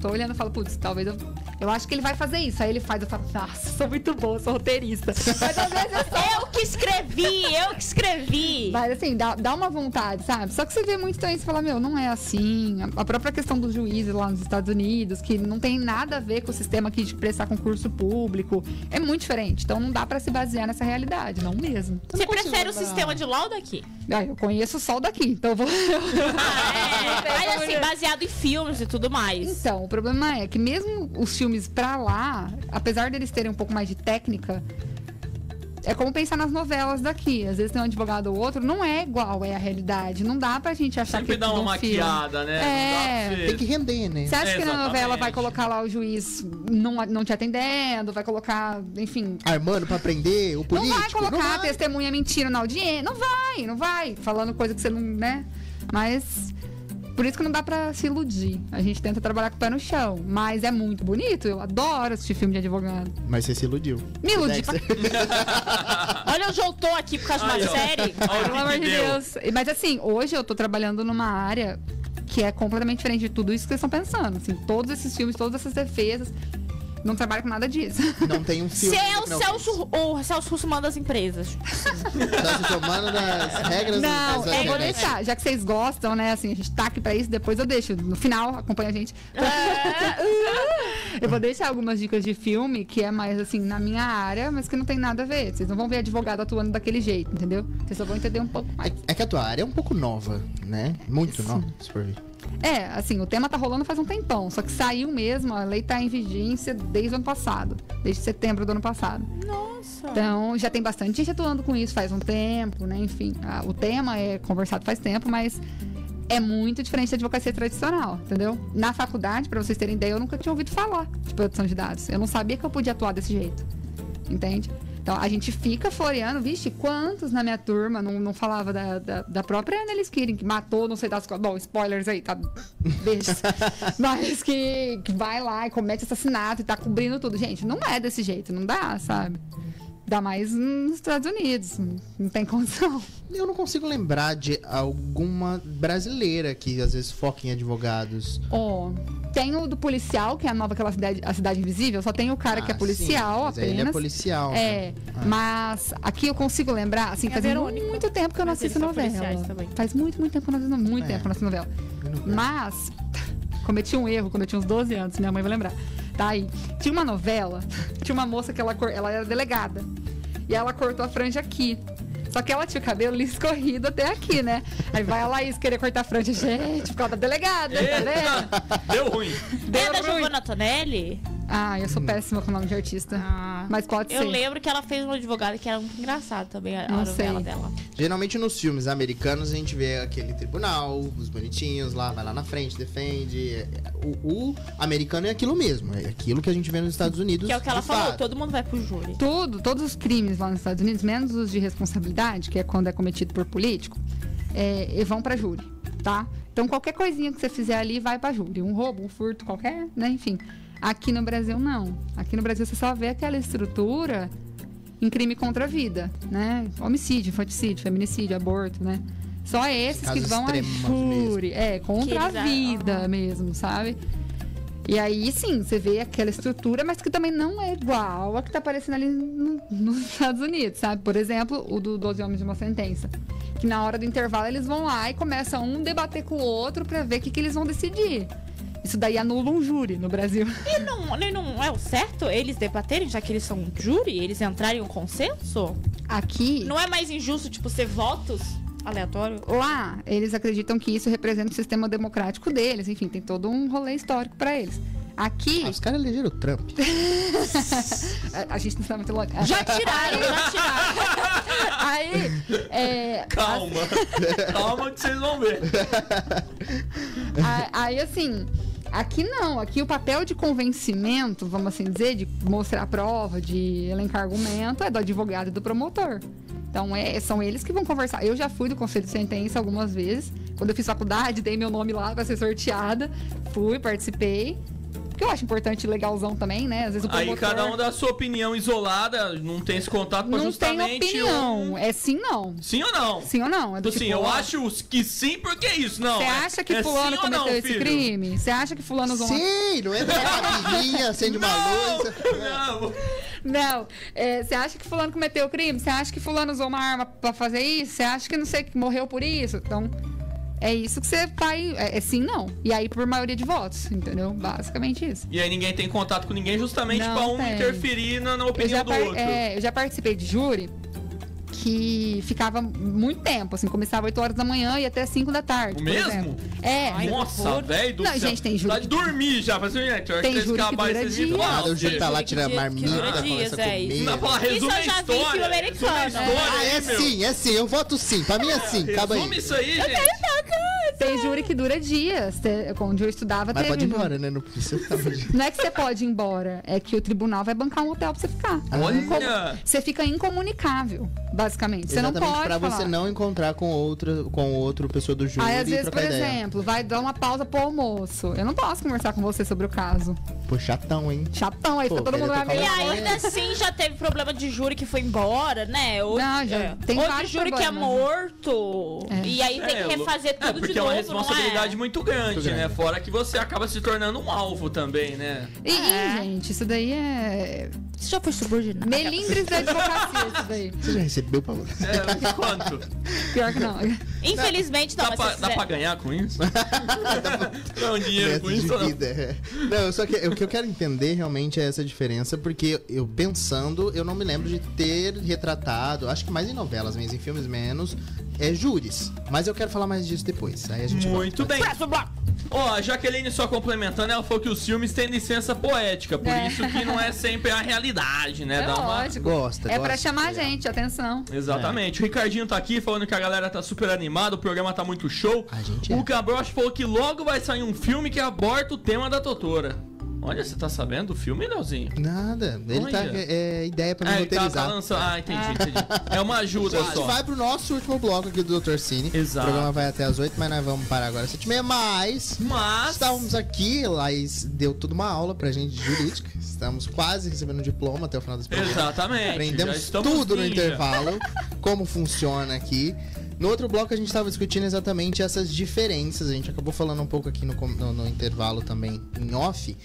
[SPEAKER 6] tô olhando e falo, putz, talvez eu. Eu acho que ele vai fazer isso. Aí ele faz, eu falo, nossa, sou muito boa, sou roteirista. Mas às vezes eu sou.
[SPEAKER 5] Eu que escrevi, eu que escrevi.
[SPEAKER 6] Mas assim, dá, dá uma vontade, sabe? Só que você vê muito também, você fala, meu, não é assim. A- A própria questão dos juízes lá nos Estados Unidos, que não tem nada a ver com o sistema aqui de prestar concurso público, é muito diferente. Então não dá pra se basear nessa realidade, não mesmo.
[SPEAKER 5] Você prefere o sistema de LOL daqui?
[SPEAKER 6] Ah, eu conheço o sol daqui, então eu vou.
[SPEAKER 5] Ah, é. Mas assim, baseado em filmes e tudo mais.
[SPEAKER 6] Então, o problema é que mesmo os filmes pra lá, apesar deles terem um pouco mais de técnica, é como pensar nas novelas daqui. Às vezes tem um advogado ou outro, não é igual, é a realidade. Não dá pra gente achar
[SPEAKER 3] Sempre
[SPEAKER 6] que
[SPEAKER 3] dá
[SPEAKER 6] tudo
[SPEAKER 3] uma
[SPEAKER 6] um filme.
[SPEAKER 3] maquiada, né?
[SPEAKER 6] É.
[SPEAKER 3] Não dá pra
[SPEAKER 4] Tem que
[SPEAKER 3] você-
[SPEAKER 4] render, né?
[SPEAKER 6] Você acha que na
[SPEAKER 3] Exatamente.
[SPEAKER 6] novela vai colocar lá o juiz não, não te atendendo, vai colocar, enfim.
[SPEAKER 4] Armando pra prender o político.
[SPEAKER 6] não vai colocar
[SPEAKER 4] não vai.
[SPEAKER 6] testemunha mentira na audiência. Não vai, não vai. Falando coisa que você não, né? Mas. Por isso que não dá pra se iludir. A gente tenta trabalhar com o pé no chão. Mas é muito bonito. Eu adoro assistir filme de advogado.
[SPEAKER 4] Mas você se iludiu.
[SPEAKER 6] Me iludi.
[SPEAKER 4] Dexter.
[SPEAKER 6] pra-
[SPEAKER 5] Olha, eu já tô aqui por causa de uma
[SPEAKER 3] Aí, ó.
[SPEAKER 5] série.
[SPEAKER 3] Olha o que
[SPEAKER 6] Pelo amor
[SPEAKER 3] que
[SPEAKER 6] de
[SPEAKER 3] deu.
[SPEAKER 6] Deus. Mas assim, hoje eu tô trabalhando numa área que é completamente diferente de tudo isso que vocês estão pensando. Assim, todos esses filmes, todas essas defesas. não trabalho com nada disso.
[SPEAKER 4] Não tem um filme.
[SPEAKER 5] Se é o
[SPEAKER 4] Não,
[SPEAKER 5] Celso, ou Celso Russo manda as empresas.
[SPEAKER 4] Celso Romano nas regras do-
[SPEAKER 6] Não,
[SPEAKER 4] das
[SPEAKER 6] é, vou
[SPEAKER 4] internet.
[SPEAKER 6] deixar. Já que vocês gostam, né? Assim, a gente tá aqui pra isso, depois eu deixo. No final, acompanha a gente. eu vou deixar algumas dicas de filme que é mais, assim, na minha área, mas que não tem nada a ver. Vocês não vão ver advogado atuando daquele jeito, entendeu? Vocês só vão entender um pouco mais.
[SPEAKER 4] É, é que a tua área é um pouco nova, né? Muito nova, se for ver.
[SPEAKER 6] É, assim, o tema tá rolando faz um tempão, só que saiu mesmo, a lei tá em vigência desde o ano passado, desde setembro do ano passado.
[SPEAKER 5] Nossa.
[SPEAKER 6] Então, já tem bastante gente atuando com isso faz um tempo, né? Enfim, a- o tema é conversado faz tempo, mas é muito diferente da advocacia tradicional, entendeu? Na faculdade, pra vocês terem ideia, eu nunca tinha ouvido falar de produção de dados. Eu não sabia que eu podia atuar desse jeito, entende? Então, a gente fica floreando, vixe, quantos na minha turma não, não falava da, da, da própria Annelies Kirin, que matou, não sei das coisas. Bom, spoilers aí, tá? Beijos. Mas que, que vai lá e comete assassinato e tá cobrindo tudo. Gente, não é desse jeito, não dá, sabe? Ainda mais nos Estados Unidos. Não tem condição.
[SPEAKER 4] Eu não consigo lembrar de alguma brasileira que às vezes foca em advogados.
[SPEAKER 6] Ó, tem o do policial, que é a nova aquela cidade, a cidade invisível, só tem o cara que é
[SPEAKER 4] Ah,
[SPEAKER 6] policial
[SPEAKER 4] sim, mas aí
[SPEAKER 6] apenas.
[SPEAKER 4] Ele é policial. né?
[SPEAKER 6] É, mas aqui eu consigo lembrar, assim,
[SPEAKER 5] É a
[SPEAKER 6] faz
[SPEAKER 5] Verônica.
[SPEAKER 6] muito tempo que eu não
[SPEAKER 5] Mas eles
[SPEAKER 6] assisto
[SPEAKER 5] são
[SPEAKER 6] novela.
[SPEAKER 5] policiais também.
[SPEAKER 6] Faz muito, muito tempo que eu não assisto, muito
[SPEAKER 4] É.
[SPEAKER 6] tempo que eu não assisto novela.
[SPEAKER 4] Eu não-
[SPEAKER 6] Mas cometi um erro, cometi uns 12 anos, minha mãe vai lembrar. Tá aí. Tinha uma novela, tinha uma moça que ela, cor- ela era delegada. E ela cortou a franja aqui. Só que ela tinha o cabelo liso escorrido até aqui, né? Aí vai a Laís querer cortar a franja. Gente, por causa da delegada, tá
[SPEAKER 3] Deu ruim.
[SPEAKER 6] vendo?
[SPEAKER 5] É da
[SPEAKER 6] Deu ruim.
[SPEAKER 5] Giovanna Tonelli?
[SPEAKER 6] Ah, eu sou
[SPEAKER 4] Hum.
[SPEAKER 6] péssima com nome de artista.
[SPEAKER 5] Ah.
[SPEAKER 6] Mas pode
[SPEAKER 5] Eu
[SPEAKER 6] ser.
[SPEAKER 5] lembro que ela fez um advogado que era muito engraçado também, a, a
[SPEAKER 6] Não
[SPEAKER 5] novela
[SPEAKER 6] sei.
[SPEAKER 5] dela.
[SPEAKER 4] Ah. Geralmente nos filmes americanos a gente vê aquele tribunal, os bonitinhos lá, vai lá na frente, defende. é, O, o americano é aquilo mesmo, é aquilo que a gente vê nos Estados Unidos.
[SPEAKER 5] Que é o que ela
[SPEAKER 4] de
[SPEAKER 5] falou,
[SPEAKER 4] fato.
[SPEAKER 5] todo mundo vai pro júri.
[SPEAKER 6] Tudo, todos os crimes lá nos Estados Unidos, menos os de responsabilidade, que é quando é cometido por político, é, e vão pra júri, tá? Então qualquer coisinha que você fizer ali vai pra júri. Um roubo, um furto, qualquer, né? Enfim. Aqui no Brasil, não. Aqui no Brasil, você só vê aquela estrutura em crime contra a vida, né? Homicídio, infanticídio, feminicídio, aborto, né? Só esses que
[SPEAKER 4] Casos
[SPEAKER 6] vão a
[SPEAKER 4] extremos
[SPEAKER 6] júri. É,
[SPEAKER 5] Que
[SPEAKER 6] contra a
[SPEAKER 5] eles a-
[SPEAKER 6] vida mesmo, sabe? E aí sim, você vê aquela estrutura, mas que também não é igual a que tá aparecendo ali no- nos Estados Unidos, sabe? Por exemplo, o do 12 Homens de uma Sentença. Que na hora do intervalo eles vão lá e começam um debater com o outro pra ver o que, que eles vão decidir. Isso daí anula um júri no Brasil.
[SPEAKER 5] E não, e não é o certo eles debaterem, já que eles são um júri, eles entrarem em um consenso?
[SPEAKER 6] Aqui.
[SPEAKER 5] Não é mais injusto, tipo, ser votos aleatório?
[SPEAKER 6] lá, eles acreditam que isso representa o sistema democrático deles, enfim, tem todo um rolê histórico pra eles. Aqui,
[SPEAKER 4] Ah, os caras elegeram o Trump.
[SPEAKER 6] a, a gente não está muito longe.
[SPEAKER 5] Já tiraram, já tiraram.
[SPEAKER 6] Aí, é,
[SPEAKER 3] Calma. Calma que vocês vão ver.
[SPEAKER 6] a- aí assim, aqui não, aqui o papel de convencimento, vamos assim dizer, de mostrar a prova, de elencar argumento, é do advogado e do promotor. Então, é, são eles que vão conversar. Eu já fui do Conselho de Sentença algumas vezes. Quando eu fiz faculdade, dei meu nome lá pra ser sorteada. Fui, participei. Porque eu acho importante e legalzão também, né? Às vezes o promotor...
[SPEAKER 3] Aí cada um dá a sua opinião isolada, não tem esse contato pra
[SPEAKER 6] não tem
[SPEAKER 3] justamente.
[SPEAKER 6] opinião.
[SPEAKER 3] um-
[SPEAKER 6] É sim não.
[SPEAKER 3] Sim ou não?
[SPEAKER 6] Sim ou não? É do
[SPEAKER 3] Tipo assim,
[SPEAKER 6] tipo,
[SPEAKER 3] eu
[SPEAKER 6] ó,
[SPEAKER 3] acho que sim porque é isso, não.
[SPEAKER 6] Você
[SPEAKER 3] é-
[SPEAKER 6] acha que
[SPEAKER 3] é
[SPEAKER 6] fulano
[SPEAKER 3] sim ou
[SPEAKER 6] cometeu
[SPEAKER 3] não,
[SPEAKER 6] esse
[SPEAKER 3] filho?
[SPEAKER 6] crime? Você acha que fulano usou uma...
[SPEAKER 4] Sim, não entra na barriguinha, acende uma
[SPEAKER 3] Não!
[SPEAKER 4] luz.
[SPEAKER 3] Não!
[SPEAKER 6] Não. É, Você acha que fulano cometeu o crime? Você acha que fulano usou uma arma pra fazer isso? Você acha que não sei que morreu por isso? Então, é isso que você vai... É, é sim não. E aí, por maioria de votos, entendeu? Basicamente isso.
[SPEAKER 3] E aí ninguém tem contato com ninguém justamente
[SPEAKER 6] Não
[SPEAKER 3] pra um
[SPEAKER 6] tem.
[SPEAKER 3] interferir na, na
[SPEAKER 6] eu
[SPEAKER 3] opinião
[SPEAKER 6] já,
[SPEAKER 3] do
[SPEAKER 6] par-
[SPEAKER 3] outro.
[SPEAKER 6] é, eu já participei de júri que ficava muito tempo, assim, começava 8 horas da manhã e até 5 da tarde.
[SPEAKER 3] O
[SPEAKER 6] por
[SPEAKER 3] mesmo?
[SPEAKER 6] exemplo. É.
[SPEAKER 3] Nossa, velho do
[SPEAKER 6] Não,
[SPEAKER 3] céu.
[SPEAKER 6] gente, tem
[SPEAKER 3] Dá
[SPEAKER 6] júri
[SPEAKER 3] de
[SPEAKER 6] que-
[SPEAKER 3] dormir já. Mas, gente, a hora
[SPEAKER 6] Tem
[SPEAKER 3] que
[SPEAKER 6] júri que
[SPEAKER 3] acabar
[SPEAKER 6] dura
[SPEAKER 3] esse
[SPEAKER 6] dias.
[SPEAKER 3] vídeo.
[SPEAKER 4] Cada um
[SPEAKER 3] Nossa,
[SPEAKER 4] jeito tá lá, tira a
[SPEAKER 5] Que dura
[SPEAKER 4] marmita,
[SPEAKER 5] dias,
[SPEAKER 4] conversa
[SPEAKER 5] é isso.
[SPEAKER 3] Não,
[SPEAKER 4] comigo.
[SPEAKER 3] fala, resume
[SPEAKER 5] Isso eu
[SPEAKER 3] a
[SPEAKER 5] já vi em
[SPEAKER 3] história.
[SPEAKER 5] filme americano,
[SPEAKER 3] resume a
[SPEAKER 5] né?
[SPEAKER 3] história
[SPEAKER 4] Ah,
[SPEAKER 3] aí,
[SPEAKER 4] é
[SPEAKER 3] meu.
[SPEAKER 4] sim, é sim, eu voto sim. Pra mim é sim, acaba
[SPEAKER 3] Resume
[SPEAKER 4] aí.
[SPEAKER 3] isso aí, gente.
[SPEAKER 6] Tem júri que dura dias. Te- Onde eu estudava,
[SPEAKER 4] Mas
[SPEAKER 6] teve
[SPEAKER 4] pode ir
[SPEAKER 6] um-
[SPEAKER 4] embora, né? Não precisa ficar fugindo.
[SPEAKER 6] Não é que você pode ir embora, é que o tribunal vai bancar um hotel pra você ficar.
[SPEAKER 3] Olha!
[SPEAKER 6] Você fica incomunicável, basicamente. Você não
[SPEAKER 4] Exatamente
[SPEAKER 6] pode
[SPEAKER 4] pra você
[SPEAKER 6] falar.
[SPEAKER 4] não encontrar com outro, com outro pessoa do júri
[SPEAKER 6] Aí, às
[SPEAKER 4] e
[SPEAKER 6] vezes, por
[SPEAKER 4] trocar ideia.
[SPEAKER 6] exemplo, vai dar uma pausa pro almoço. Eu não posso conversar com você sobre o caso.
[SPEAKER 4] Pô, chatão, hein?
[SPEAKER 6] Chatão, aí
[SPEAKER 4] Pô,
[SPEAKER 6] fica todo mundo
[SPEAKER 4] queria
[SPEAKER 6] lá
[SPEAKER 4] tocar
[SPEAKER 5] E
[SPEAKER 6] meio...
[SPEAKER 4] uma
[SPEAKER 5] ainda assim já teve problema de júri que foi embora, né? Outro,
[SPEAKER 6] Não, já
[SPEAKER 5] é.
[SPEAKER 6] tem
[SPEAKER 5] Outro
[SPEAKER 6] vários
[SPEAKER 5] júri que é
[SPEAKER 6] problemas, né?
[SPEAKER 5] morto. E aí tem
[SPEAKER 3] É,
[SPEAKER 5] que refazer
[SPEAKER 3] é,
[SPEAKER 5] tudo
[SPEAKER 3] porque
[SPEAKER 5] de
[SPEAKER 3] é
[SPEAKER 5] novo.
[SPEAKER 3] uma
[SPEAKER 5] novo,
[SPEAKER 3] responsabilidade
[SPEAKER 5] não é?
[SPEAKER 3] muito grande,
[SPEAKER 4] Muito grande.
[SPEAKER 3] né? Fora que você acaba se tornando um alvo também, né?
[SPEAKER 6] E, e,
[SPEAKER 5] É.
[SPEAKER 6] gente, isso daí é.
[SPEAKER 5] Você já foi subordinado?
[SPEAKER 6] Melindres da advocacia, isso daí.
[SPEAKER 4] Você já recebeu, Paulo?
[SPEAKER 3] É, quanto?
[SPEAKER 6] Pior que não.
[SPEAKER 5] Infelizmente, não,
[SPEAKER 3] Dá,
[SPEAKER 5] mas
[SPEAKER 3] pra,
[SPEAKER 5] se
[SPEAKER 3] dá
[SPEAKER 5] fizer-
[SPEAKER 3] pra ganhar com isso? Não, dinheiro com
[SPEAKER 4] Meta
[SPEAKER 3] isso
[SPEAKER 4] de
[SPEAKER 3] não.
[SPEAKER 4] vida, é. Não, eu só que o que eu quero entender realmente é essa diferença, porque eu pensando, eu não me lembro de ter retratado, acho que mais em novelas, mas em filmes menos, é júris. Mas eu quero falar mais disso depois. Aí a gente tá?
[SPEAKER 3] Muito bem. Ó, a Jaqueline só complementando, ela falou que os filmes têm licença poética, por
[SPEAKER 6] É.
[SPEAKER 3] isso que não é sempre a realidade, né?
[SPEAKER 6] É
[SPEAKER 3] Dá uma-
[SPEAKER 6] lógico.
[SPEAKER 4] Gosta,
[SPEAKER 6] É
[SPEAKER 4] gosta.
[SPEAKER 6] pra chamar a gente, atenção.
[SPEAKER 3] Exatamente. O Ricardinho tá aqui falando que a galera tá super animada, o programa tá muito show.
[SPEAKER 4] A gente é.
[SPEAKER 3] O Cabroche falou que logo vai sair um filme que aborda o tema da Totora. Olha, você tá sabendo do filme, Leozinho?
[SPEAKER 4] Nada. Ele
[SPEAKER 3] Olha.
[SPEAKER 4] tá. É, é ideia pra me
[SPEAKER 3] Ah, ele tá,
[SPEAKER 4] roteirizar.
[SPEAKER 3] tá lançando. Ah, entendi, entendi. É uma ajuda
[SPEAKER 4] A gente
[SPEAKER 3] só.
[SPEAKER 4] vai pro nosso último bloco aqui do Dr. Cine.
[SPEAKER 3] Exato.
[SPEAKER 4] O programa vai até as 8, mas nós vamos parar agora às 7 h Mas.
[SPEAKER 3] Mas.
[SPEAKER 4] Estávamos aqui, Laís deu tudo uma aula pra gente de jurídica. Estamos quase recebendo um diploma até o final desse programa.
[SPEAKER 3] Exatamente. já
[SPEAKER 4] Aprendemos
[SPEAKER 3] estamos
[SPEAKER 4] tudo no
[SPEAKER 3] ninja.
[SPEAKER 4] intervalo, como funciona aqui. No outro bloco a gente estava discutindo exatamente essas diferenças. A gente acabou falando um pouco aqui no, com- no- no intervalo também em off.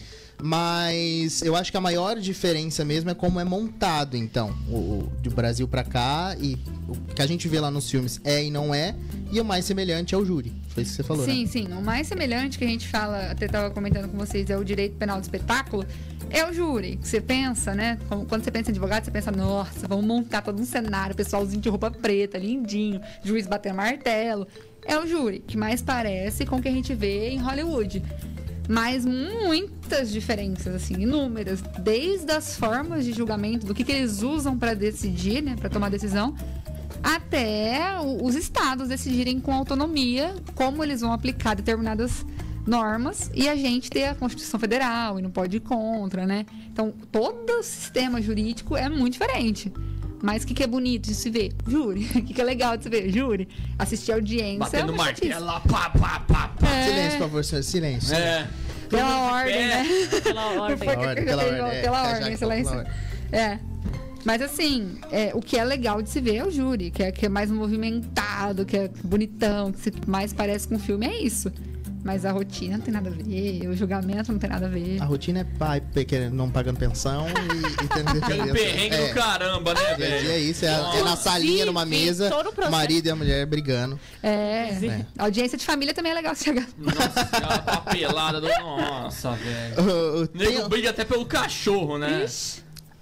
[SPEAKER 4] Mas eu acho que a maior diferença mesmo é como é montado, então, o, o- do Brasil pra cá e o que a gente vê lá nos filmes é e não é, e o mais semelhante é o júri. Foi isso que você falou,
[SPEAKER 6] Sim,
[SPEAKER 4] né?
[SPEAKER 6] sim. O mais semelhante que a gente fala, até estava comentando com vocês, é o direito penal do espetáculo. É o júri. que Você pensa, né? Como- Quando você pensa em advogado, você pensa, nossa, vamos montar todo um cenário, pessoalzinho de roupa preta, lindinho, juiz batendo martelo. É o júri, que mais parece com o que a gente vê em Hollywood. Mas muitas diferenças, assim, inúmeras. Desde as formas de julgamento, do que, que eles usam para decidir, né? Para tomar decisão, até o- os estados decidirem com autonomia como eles vão aplicar determinadas normas e a gente ter a Constituição Federal e não pode ir contra, né? Então, todo o sistema jurídico é muito diferente. Mas o que, que é bonito de se ver? Júri. O que, que é legal de se ver? Júri. Assistir audiência. é
[SPEAKER 3] Batendo
[SPEAKER 6] uma chatice.
[SPEAKER 3] martelo, pá, pá, pá, pá.
[SPEAKER 4] Silêncio, por favor, senhor, silêncio.
[SPEAKER 3] É.
[SPEAKER 6] Pela ordem, né?
[SPEAKER 5] Pela
[SPEAKER 6] Não
[SPEAKER 5] ordem.
[SPEAKER 6] foi que-
[SPEAKER 4] ordem,
[SPEAKER 6] que-
[SPEAKER 4] pela
[SPEAKER 6] que-
[SPEAKER 4] ordem, é,
[SPEAKER 6] pela
[SPEAKER 4] tá, já
[SPEAKER 6] ordem,
[SPEAKER 4] que
[SPEAKER 6] sei lá,
[SPEAKER 4] falou pela
[SPEAKER 6] isso. É. Mas assim, é, o que é legal de se ver é o júri, que é, que é mais movimentado, que é bonitão, que se mais parece com filme, é isso. Mas a rotina não tem nada a ver, o julgamento não tem nada a ver.
[SPEAKER 4] A rotina é pai pe- querendo- não pagando pensão e, e tendo
[SPEAKER 3] Tem um
[SPEAKER 4] dependência.
[SPEAKER 3] perrengue
[SPEAKER 4] É.
[SPEAKER 3] do caramba, né,
[SPEAKER 4] Dia a
[SPEAKER 3] velho?
[SPEAKER 4] dia É isso, é, é na salinha, numa
[SPEAKER 5] Inclusive,
[SPEAKER 4] mesa,
[SPEAKER 5] todo o processo-
[SPEAKER 4] marido e a mulher brigando.
[SPEAKER 6] É.
[SPEAKER 4] É.
[SPEAKER 6] A audiência de família também é legal chegar.
[SPEAKER 3] Nossa, aquela papelada do. Nossa, velho.
[SPEAKER 4] Ô, ô,
[SPEAKER 3] Nego
[SPEAKER 4] Tem,
[SPEAKER 3] briga até pelo cachorro, né?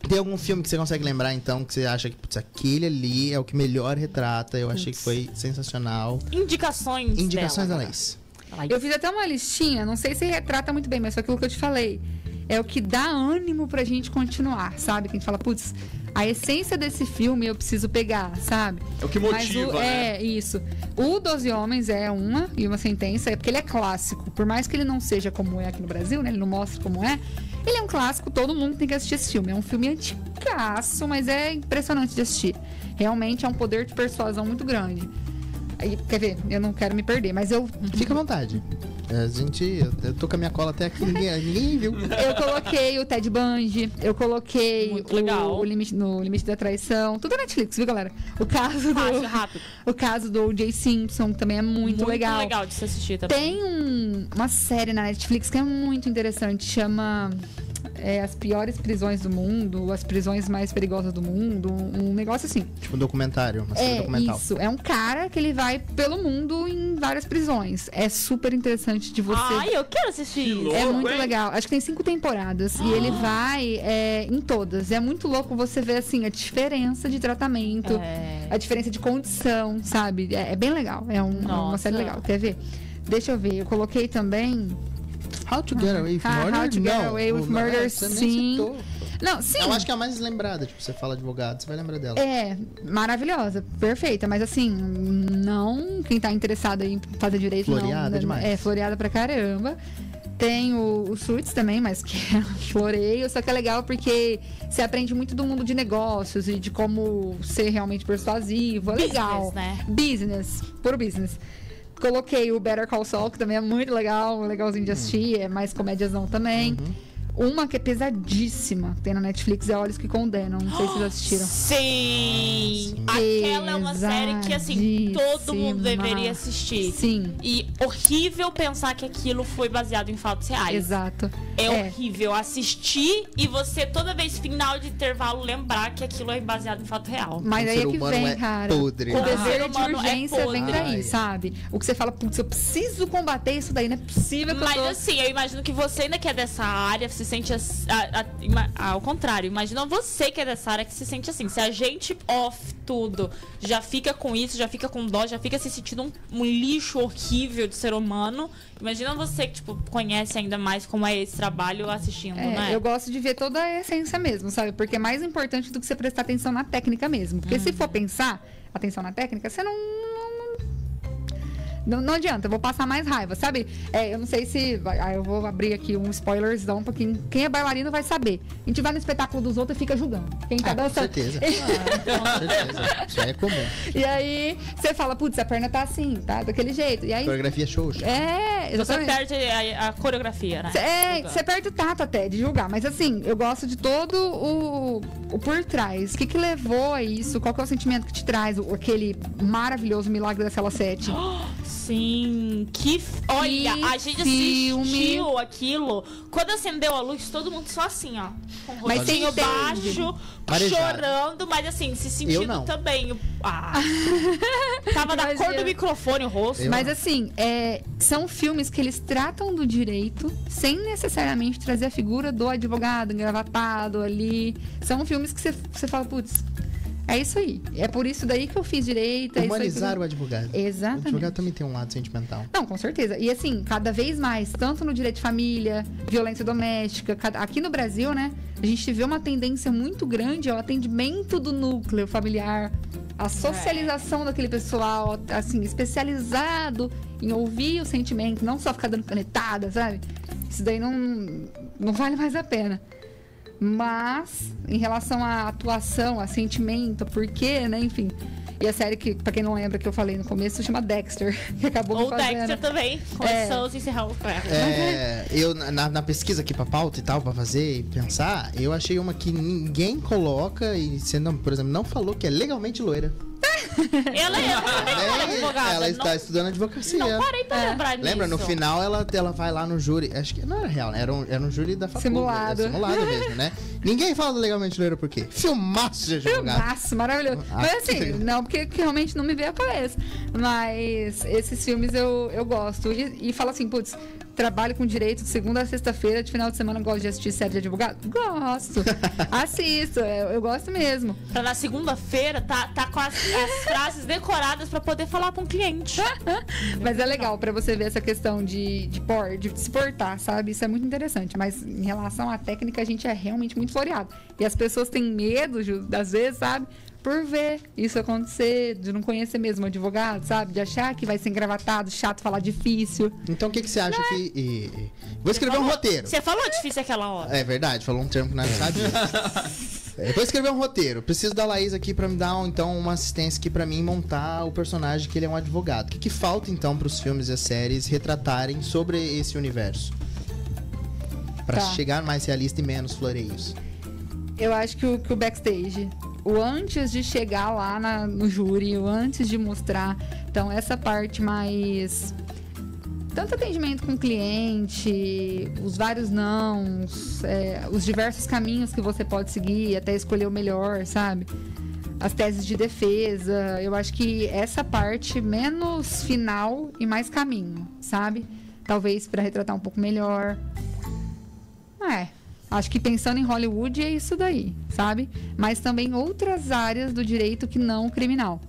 [SPEAKER 4] tem algum filme que você consegue lembrar, então, que você acha que putz, aquele ali é o que melhor retrata? Eu achei que foi sensacional.
[SPEAKER 5] Indicações.
[SPEAKER 4] Indicações da
[SPEAKER 5] dela. é
[SPEAKER 4] Laís.
[SPEAKER 6] Eu fiz até uma listinha, não sei se retrata muito bem, mas foi aquilo que eu te falei. É o que dá ânimo pra gente continuar, sabe? Que a gente fala, putz, a essência desse filme eu preciso pegar, sabe?
[SPEAKER 3] É o que
[SPEAKER 6] Mas
[SPEAKER 3] motiva,
[SPEAKER 6] o-
[SPEAKER 3] né?
[SPEAKER 6] É, isso. O Doze Homens é uma e uma sentença, é porque ele é clássico. Por mais que ele não seja como é aqui no Brasil, né? Ele não mostra como é. Ele é um clássico, todo mundo tem que assistir esse filme. É um filme anticaço, mas é impressionante de assistir. Realmente é um poder de persuasão muito grande. Aí, quer ver? Eu não quero me perder, mas eu
[SPEAKER 4] Fica à vontade. É, A gente. Eu, eu tô com a minha cola até aqui, ninguém, ninguém viu.
[SPEAKER 6] Eu coloquei o Ted Bundy, eu coloquei
[SPEAKER 5] Muito legal.
[SPEAKER 6] o, o limite, no Limite da Traição. Tudo é Netflix, viu, galera? O caso
[SPEAKER 5] Fácil,
[SPEAKER 6] do,
[SPEAKER 5] rápido.
[SPEAKER 6] o caso do O.J. Simpson, que também é muito, legal.
[SPEAKER 5] legal de se assistir também.
[SPEAKER 6] Tem um- uma série na Netflix que é muito interessante, chama é, As Piores Prisões do Mundo, As Prisões Mais Perigosas do Mundo, um um negócio assim.
[SPEAKER 4] Tipo um documentário, uma série
[SPEAKER 6] É,
[SPEAKER 4] documental.
[SPEAKER 6] isso. É um cara que ele vai pelo mundo em várias prisões. É super interessante de você
[SPEAKER 5] Ai, eu quero assistir.
[SPEAKER 3] Que
[SPEAKER 5] isso.
[SPEAKER 3] louco.
[SPEAKER 6] é muito
[SPEAKER 3] hein?
[SPEAKER 6] legal. Acho que tem cinco temporadas. E ele vai é, em todas. É muito louco você ver, assim, a diferença de tratamento.
[SPEAKER 5] É.
[SPEAKER 6] A diferença de condição, sabe? É, é bem legal. É um- é uma
[SPEAKER 5] Nossa.
[SPEAKER 6] série legal. Quer ver? Deixa eu ver. Eu coloquei também...
[SPEAKER 4] How to Get Away with
[SPEAKER 6] Ah,
[SPEAKER 4] Murder?
[SPEAKER 6] How to Get
[SPEAKER 4] não.
[SPEAKER 6] Away with
[SPEAKER 4] O-
[SPEAKER 6] Murder,
[SPEAKER 4] você nem
[SPEAKER 6] sim.
[SPEAKER 4] citou.
[SPEAKER 6] Não, sim.
[SPEAKER 4] Eu acho que é a mais lembrada. Tipo, você fala advogado, você vai lembrar dela.
[SPEAKER 6] É, maravilhosa, perfeita, mas assim, não. Quem tá interessado em fazer direito
[SPEAKER 4] Floreada
[SPEAKER 6] não.
[SPEAKER 4] demais.
[SPEAKER 6] É, floreada pra caramba. Tem o, o Suits também, mas que é um floreio, só que é legal porque você aprende muito do mundo de negócios e de como ser realmente persuasivo. É
[SPEAKER 5] Business,
[SPEAKER 6] legal.
[SPEAKER 5] né?
[SPEAKER 6] Business, puro business.
[SPEAKER 4] Hum.
[SPEAKER 6] é Coloquei o Better Call Saul, que também é muito legal, legalzinho de assistir, é mais comédiazão também.
[SPEAKER 4] Uhum.
[SPEAKER 6] Uma que é pesadíssima, que tem na Netflix, é Olhos que Condenam. Não sei se vocês assistiram.
[SPEAKER 5] Sim! Aquela é uma série que, assim, todo mundo
[SPEAKER 6] Pesadíssima.
[SPEAKER 5] deveria assistir.
[SPEAKER 6] Sim.
[SPEAKER 5] E horrível pensar que aquilo foi baseado em fatos reais.
[SPEAKER 6] Exato.
[SPEAKER 5] É, horrível assistir e você, toda vez final de intervalo, lembrar que aquilo é baseado em fato real.
[SPEAKER 6] Mas
[SPEAKER 4] O
[SPEAKER 6] aí
[SPEAKER 4] ser
[SPEAKER 6] é que
[SPEAKER 4] humano
[SPEAKER 6] vem,
[SPEAKER 4] é
[SPEAKER 6] cara.
[SPEAKER 4] podre,
[SPEAKER 6] O
[SPEAKER 4] né?
[SPEAKER 5] Ah,
[SPEAKER 6] desejo
[SPEAKER 5] o ser humano
[SPEAKER 6] de
[SPEAKER 5] é
[SPEAKER 6] urgência vem
[SPEAKER 5] podre.
[SPEAKER 6] daí, sabe? O que você fala, putz, eu preciso combater isso daí, não é possível que eu
[SPEAKER 5] Mas
[SPEAKER 6] tô...
[SPEAKER 5] assim, eu imagino que você ainda que é dessa área, se sente ass- a- a- ima- ao contrário. Imagina você que é dessa área que se sente assim. Se a gente off tudo, já fica com isso, já fica com dó, já fica se sentindo um, um lixo horrível de ser humano. Imagina você que, tipo, conhece ainda mais como é esse trabalho assistindo,
[SPEAKER 6] É,
[SPEAKER 5] né?
[SPEAKER 6] Eu gosto de ver toda a essência mesmo, sabe? Porque é mais importante do que você prestar atenção na técnica mesmo. Porque
[SPEAKER 4] Uhum.
[SPEAKER 6] se for pensar atenção na técnica, você não. não- Não, não adianta, eu vou passar mais raiva, sabe? É, eu não sei se. vai- ah, eu vou abrir aqui um spoilerzão pra quem, quem é bailarino vai saber. A gente vai no espetáculo dos outros e fica julgando. Quem tá
[SPEAKER 4] Ah, com
[SPEAKER 6] dançando.
[SPEAKER 4] certeza. Com certeza. Isso aí é comum.
[SPEAKER 6] E aí você fala, putz, a perna tá assim, tá? Daquele jeito. E aí.
[SPEAKER 4] Coreografia xoxa.
[SPEAKER 6] É,
[SPEAKER 5] Você
[SPEAKER 6] exatamente.
[SPEAKER 5] perde a, a coreografia, né?
[SPEAKER 6] Cê- É,
[SPEAKER 5] Julgando.
[SPEAKER 6] você perde o tato até de julgar, mas assim, eu gosto de todo o, o por trás. O que, que levou a isso? Qual que é o sentimento que te traz? O- aquele maravilhoso milagre da cela 7.
[SPEAKER 5] Sim, que. f- Olha, a gente
[SPEAKER 6] filme.
[SPEAKER 5] assistiu aquilo. Quando acendeu a luz, todo mundo só assim, ó. Com o
[SPEAKER 6] Mas
[SPEAKER 5] rostinho
[SPEAKER 6] você entende.
[SPEAKER 5] baixo,
[SPEAKER 4] Marejado.
[SPEAKER 5] chorando, mas assim, se
[SPEAKER 4] Eu
[SPEAKER 5] sentindo
[SPEAKER 4] não.
[SPEAKER 5] também. o- Ah. Tava da
[SPEAKER 6] Imagina.
[SPEAKER 5] cor do microfone o rosto.
[SPEAKER 4] Eu-
[SPEAKER 6] Mas assim, é, são filmes que eles tratam do direito sem necessariamente trazer a figura do advogado engravatado ali. São filmes que você- você fala, putz, é isso aí. É por isso daí que eu fiz direito. É isso aí
[SPEAKER 4] Humanizar
[SPEAKER 6] que
[SPEAKER 4] o advogado.
[SPEAKER 6] eu...
[SPEAKER 4] O
[SPEAKER 6] Exatamente.
[SPEAKER 4] advogado também tem um lado sentimental.
[SPEAKER 6] Não, com certeza. E assim, cada vez mais, tanto no direito de família, violência doméstica, cada- aqui no Brasil, né, a gente vê uma tendência muito grande ao atendimento do núcleo familiar, à socialização daquele pessoal, assim, especializado em ouvir o sentimento, não só ficar dando canetada, sabe? Isso daí não, não vale mais a pena. Mas, em relação à atuação, a sentimento, a porquê, né, enfim. E a série que, pra quem não lembra, que eu falei no começo, chama Dexter, que acabou me
[SPEAKER 5] Ou o
[SPEAKER 6] fazendo-
[SPEAKER 5] Dexter também. Começamos a encerrar o ferro.
[SPEAKER 4] É, eu na, na pesquisa aqui pra pauta e tal, pra fazer e pensar, eu achei uma que ninguém coloca e você não, por exemplo, não falou que é legalmente loira.
[SPEAKER 5] Ela é ela é
[SPEAKER 4] É,
[SPEAKER 5] advogada.
[SPEAKER 4] ela está
[SPEAKER 5] não,
[SPEAKER 4] estudando advocacia.
[SPEAKER 5] não parei pra lembrar disso.
[SPEAKER 4] Lembra? No final ela, ela vai lá no júri. Acho que não era real, né? Era um, era um júri da faculdade.
[SPEAKER 6] Simulado.
[SPEAKER 4] Era simulado mesmo, né? Ninguém fala do legalmente loira por quê? Filmaço de advogado.
[SPEAKER 6] Filmaço, maravilhoso.
[SPEAKER 4] Ah,
[SPEAKER 6] Mas
[SPEAKER 4] que
[SPEAKER 6] assim,
[SPEAKER 4] legal.
[SPEAKER 6] não, porque que realmente não me veio a cabeça. Mas esses filmes eu, eu gosto. E, e falo assim, putz, trabalho com direito de segunda a sexta-feira, de final de semana eu gosto de assistir série de advogado? Gosto. Assisto, eu, eu gosto mesmo.
[SPEAKER 5] Pra na segunda-feira tá, tá com as, as frases decoradas pra poder falar pra um cliente.
[SPEAKER 6] Mas é legal pra você ver essa questão de, de, por, de se portar, sabe? Isso é muito interessante. Mas em relação à técnica, a gente é realmente muito floreado. E as pessoas têm medo, Ju, às vezes, sabe? Por ver isso acontecer, de não conhecer mesmo o advogado, sabe? De achar que vai ser engravatado, chato, falar difícil.
[SPEAKER 4] Então o que, que você acha que. e- e- Vou escrever um roteiro.
[SPEAKER 5] Você falou difícil aquela hora.
[SPEAKER 4] É verdade, falou um termo que nós não sabíamos. É, Vou escrever um roteiro. Preciso da Laís aqui pra me dar um, então uma assistência aqui pra mim montar o personagem que ele é um advogado. O que, que falta então pros filmes e as séries retratarem sobre esse universo? Pra
[SPEAKER 6] Tá.
[SPEAKER 4] chegar mais realista e menos floreios.
[SPEAKER 6] Eu acho que o, que o backstage, o antes de chegar lá na- no júri, o antes de mostrar. Então, essa parte mais. Tanto atendimento com o cliente, os vários nãos, é, os diversos caminhos que você pode seguir até escolher o melhor, sabe? As teses de defesa. Eu acho que essa parte menos final e mais caminho, sabe? Talvez pra retratar um pouco melhor. É. Acho que pensando em Hollywood é isso daí, sabe? Mas também outras áreas do direito que não o criminal.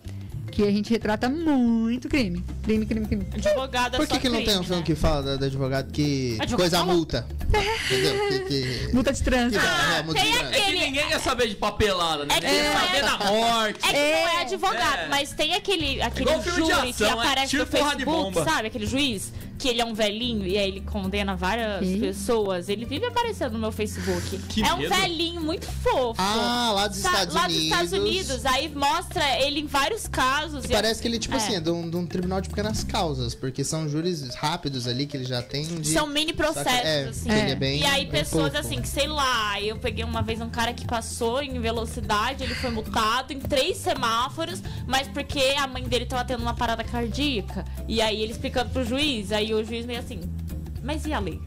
[SPEAKER 6] Que a gente retrata muito crime. Crime, crime, crime.
[SPEAKER 5] Advogada
[SPEAKER 4] Por
[SPEAKER 5] só
[SPEAKER 4] que, que não tem um
[SPEAKER 5] crime,
[SPEAKER 4] filme
[SPEAKER 5] né?
[SPEAKER 4] que fala da- do advogado que.
[SPEAKER 5] Advogado
[SPEAKER 4] coisa a
[SPEAKER 5] fala-
[SPEAKER 4] multa? Entendeu? Que. que...
[SPEAKER 6] Multa de
[SPEAKER 4] que
[SPEAKER 6] trânsito.
[SPEAKER 4] dá, é, multa de
[SPEAKER 5] tem
[SPEAKER 4] trânsito.
[SPEAKER 3] É que ninguém quer saber de papelada, né?
[SPEAKER 5] É que
[SPEAKER 3] Ninguém
[SPEAKER 5] não
[SPEAKER 3] quer
[SPEAKER 5] é.
[SPEAKER 3] saber da morte.
[SPEAKER 5] É que não é advogado,
[SPEAKER 3] É.
[SPEAKER 5] mas tem aquele, aquele
[SPEAKER 3] Igual filme de
[SPEAKER 5] júri que
[SPEAKER 3] ação, é
[SPEAKER 5] aparece
[SPEAKER 3] tiro,
[SPEAKER 5] no
[SPEAKER 3] porrada e
[SPEAKER 5] Facebook,
[SPEAKER 3] bomba.
[SPEAKER 5] sabe? Aquele juiz. que ele é um velhinho e aí ele condena várias
[SPEAKER 6] Que?
[SPEAKER 5] pessoas. Ele vive aparecendo no meu Facebook.
[SPEAKER 3] Que
[SPEAKER 5] é um
[SPEAKER 3] medo.
[SPEAKER 5] velhinho muito fofo.
[SPEAKER 4] Ah, lá dos
[SPEAKER 5] Sa-
[SPEAKER 4] Estados
[SPEAKER 5] lá dos
[SPEAKER 4] Unidos.
[SPEAKER 5] Estados Unidos. Aí mostra ele em vários casos. e
[SPEAKER 4] Parece que ele, tipo
[SPEAKER 5] É.
[SPEAKER 4] assim, é de um, de um tribunal de pequenas causas, porque são júris rápidos ali que ele já tem. De...
[SPEAKER 5] São mini processos,
[SPEAKER 4] Saca? É,
[SPEAKER 5] assim.
[SPEAKER 4] ele é bem-
[SPEAKER 5] e aí,
[SPEAKER 4] é
[SPEAKER 5] pessoas
[SPEAKER 4] fofo.
[SPEAKER 5] assim, que sei lá, eu peguei uma vez um cara que passou em velocidade, ele foi multado em três semáforos, mas porque a mãe dele tava tendo uma parada cardíaca. E aí ele explicando pro juiz, aí o juiz meio assim, mas e a lei?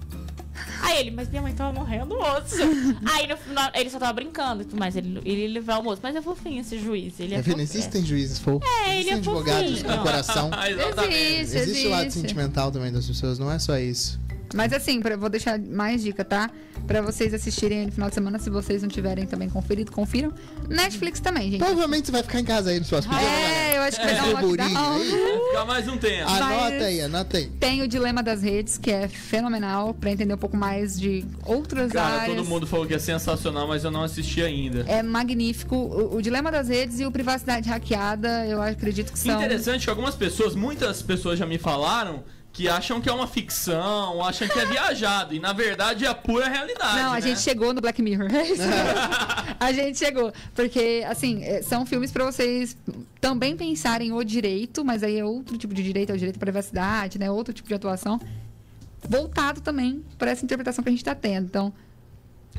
[SPEAKER 5] Aí ele, mas minha mãe tava morrendo, moço. Aí no final, ele só tava brincando e tudo mais. Ele, ele levar o moço. Mas é fofinho esse juiz. Ele é,
[SPEAKER 4] Tá vendo?
[SPEAKER 5] fofinho.
[SPEAKER 4] Existem juízes fofos.
[SPEAKER 5] É, ele é
[SPEAKER 4] existem advogados
[SPEAKER 5] fofinho.
[SPEAKER 4] com coração.
[SPEAKER 3] Ah, Exatamente.
[SPEAKER 6] Existe,
[SPEAKER 4] Existe o lado
[SPEAKER 6] existe.
[SPEAKER 4] sentimental também das pessoas, não é só isso.
[SPEAKER 6] Mas assim, pra, vou deixar mais dica, tá? Pra vocês assistirem aí no final de semana, se vocês não tiverem também conferido, confiram. Netflix também, gente.
[SPEAKER 4] Provavelmente você vai ficar em casa aí nos próximos dias, né,
[SPEAKER 6] É, eu acho que vai dar um
[SPEAKER 4] Burburinho
[SPEAKER 6] lockdown.
[SPEAKER 4] aí.
[SPEAKER 3] Vai Ficar mais um tempo.
[SPEAKER 6] Ah. Mas-
[SPEAKER 4] Anota aí, anota aí.
[SPEAKER 6] Tem o Dilema das Redes, que é fenomenal, pra entender um pouco mais de outras
[SPEAKER 3] Cara,
[SPEAKER 6] áreas.
[SPEAKER 3] todo mundo falou que é sensacional, mas eu não assisti ainda.
[SPEAKER 6] É magnífico. O, o Dilema das Redes e o Privacidade Hackeada, eu acredito que são.
[SPEAKER 3] Interessante que algumas pessoas, muitas pessoas já me falaram que acham que é uma ficção, acham que é viajado. e na verdade é a pura realidade.
[SPEAKER 6] Não, a
[SPEAKER 3] né?
[SPEAKER 6] gente chegou no Black Mirror. É isso mesmo. a gente chegou. Porque, assim, é, são filmes pra vocês também pensarem o direito, mas aí é outro tipo de direito, é o direito à privacidade, né? Outro tipo de atuação. Voltado também pra essa interpretação que a gente tá tendo. Então,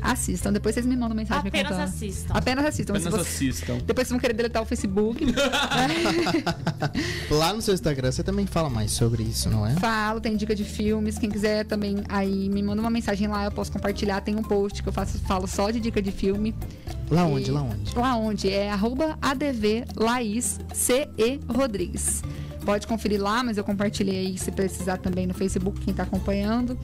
[SPEAKER 6] assistam. Depois vocês me mandam mensagem
[SPEAKER 5] Apenas
[SPEAKER 6] me contando.
[SPEAKER 5] assistam.
[SPEAKER 6] Apenas assistam. mas se
[SPEAKER 3] Apenas
[SPEAKER 6] você-
[SPEAKER 3] assistam.
[SPEAKER 6] Depois vocês vão querer deletar o Facebook.
[SPEAKER 4] Lá no seu Instagram você também fala mais sobre isso, não é?
[SPEAKER 6] Falo, tem dica de filmes. Quem quiser também, aí me manda uma mensagem lá, eu posso compartilhar. Tem um post que eu faço, falo só de dica de filme.
[SPEAKER 4] Lá onde, lá onde?
[SPEAKER 6] Lá onde? É arroba ADV Laís CE Rodrigues. Pode conferir lá, mas eu compartilhei aí se precisar também no Facebook, quem tá acompanhando.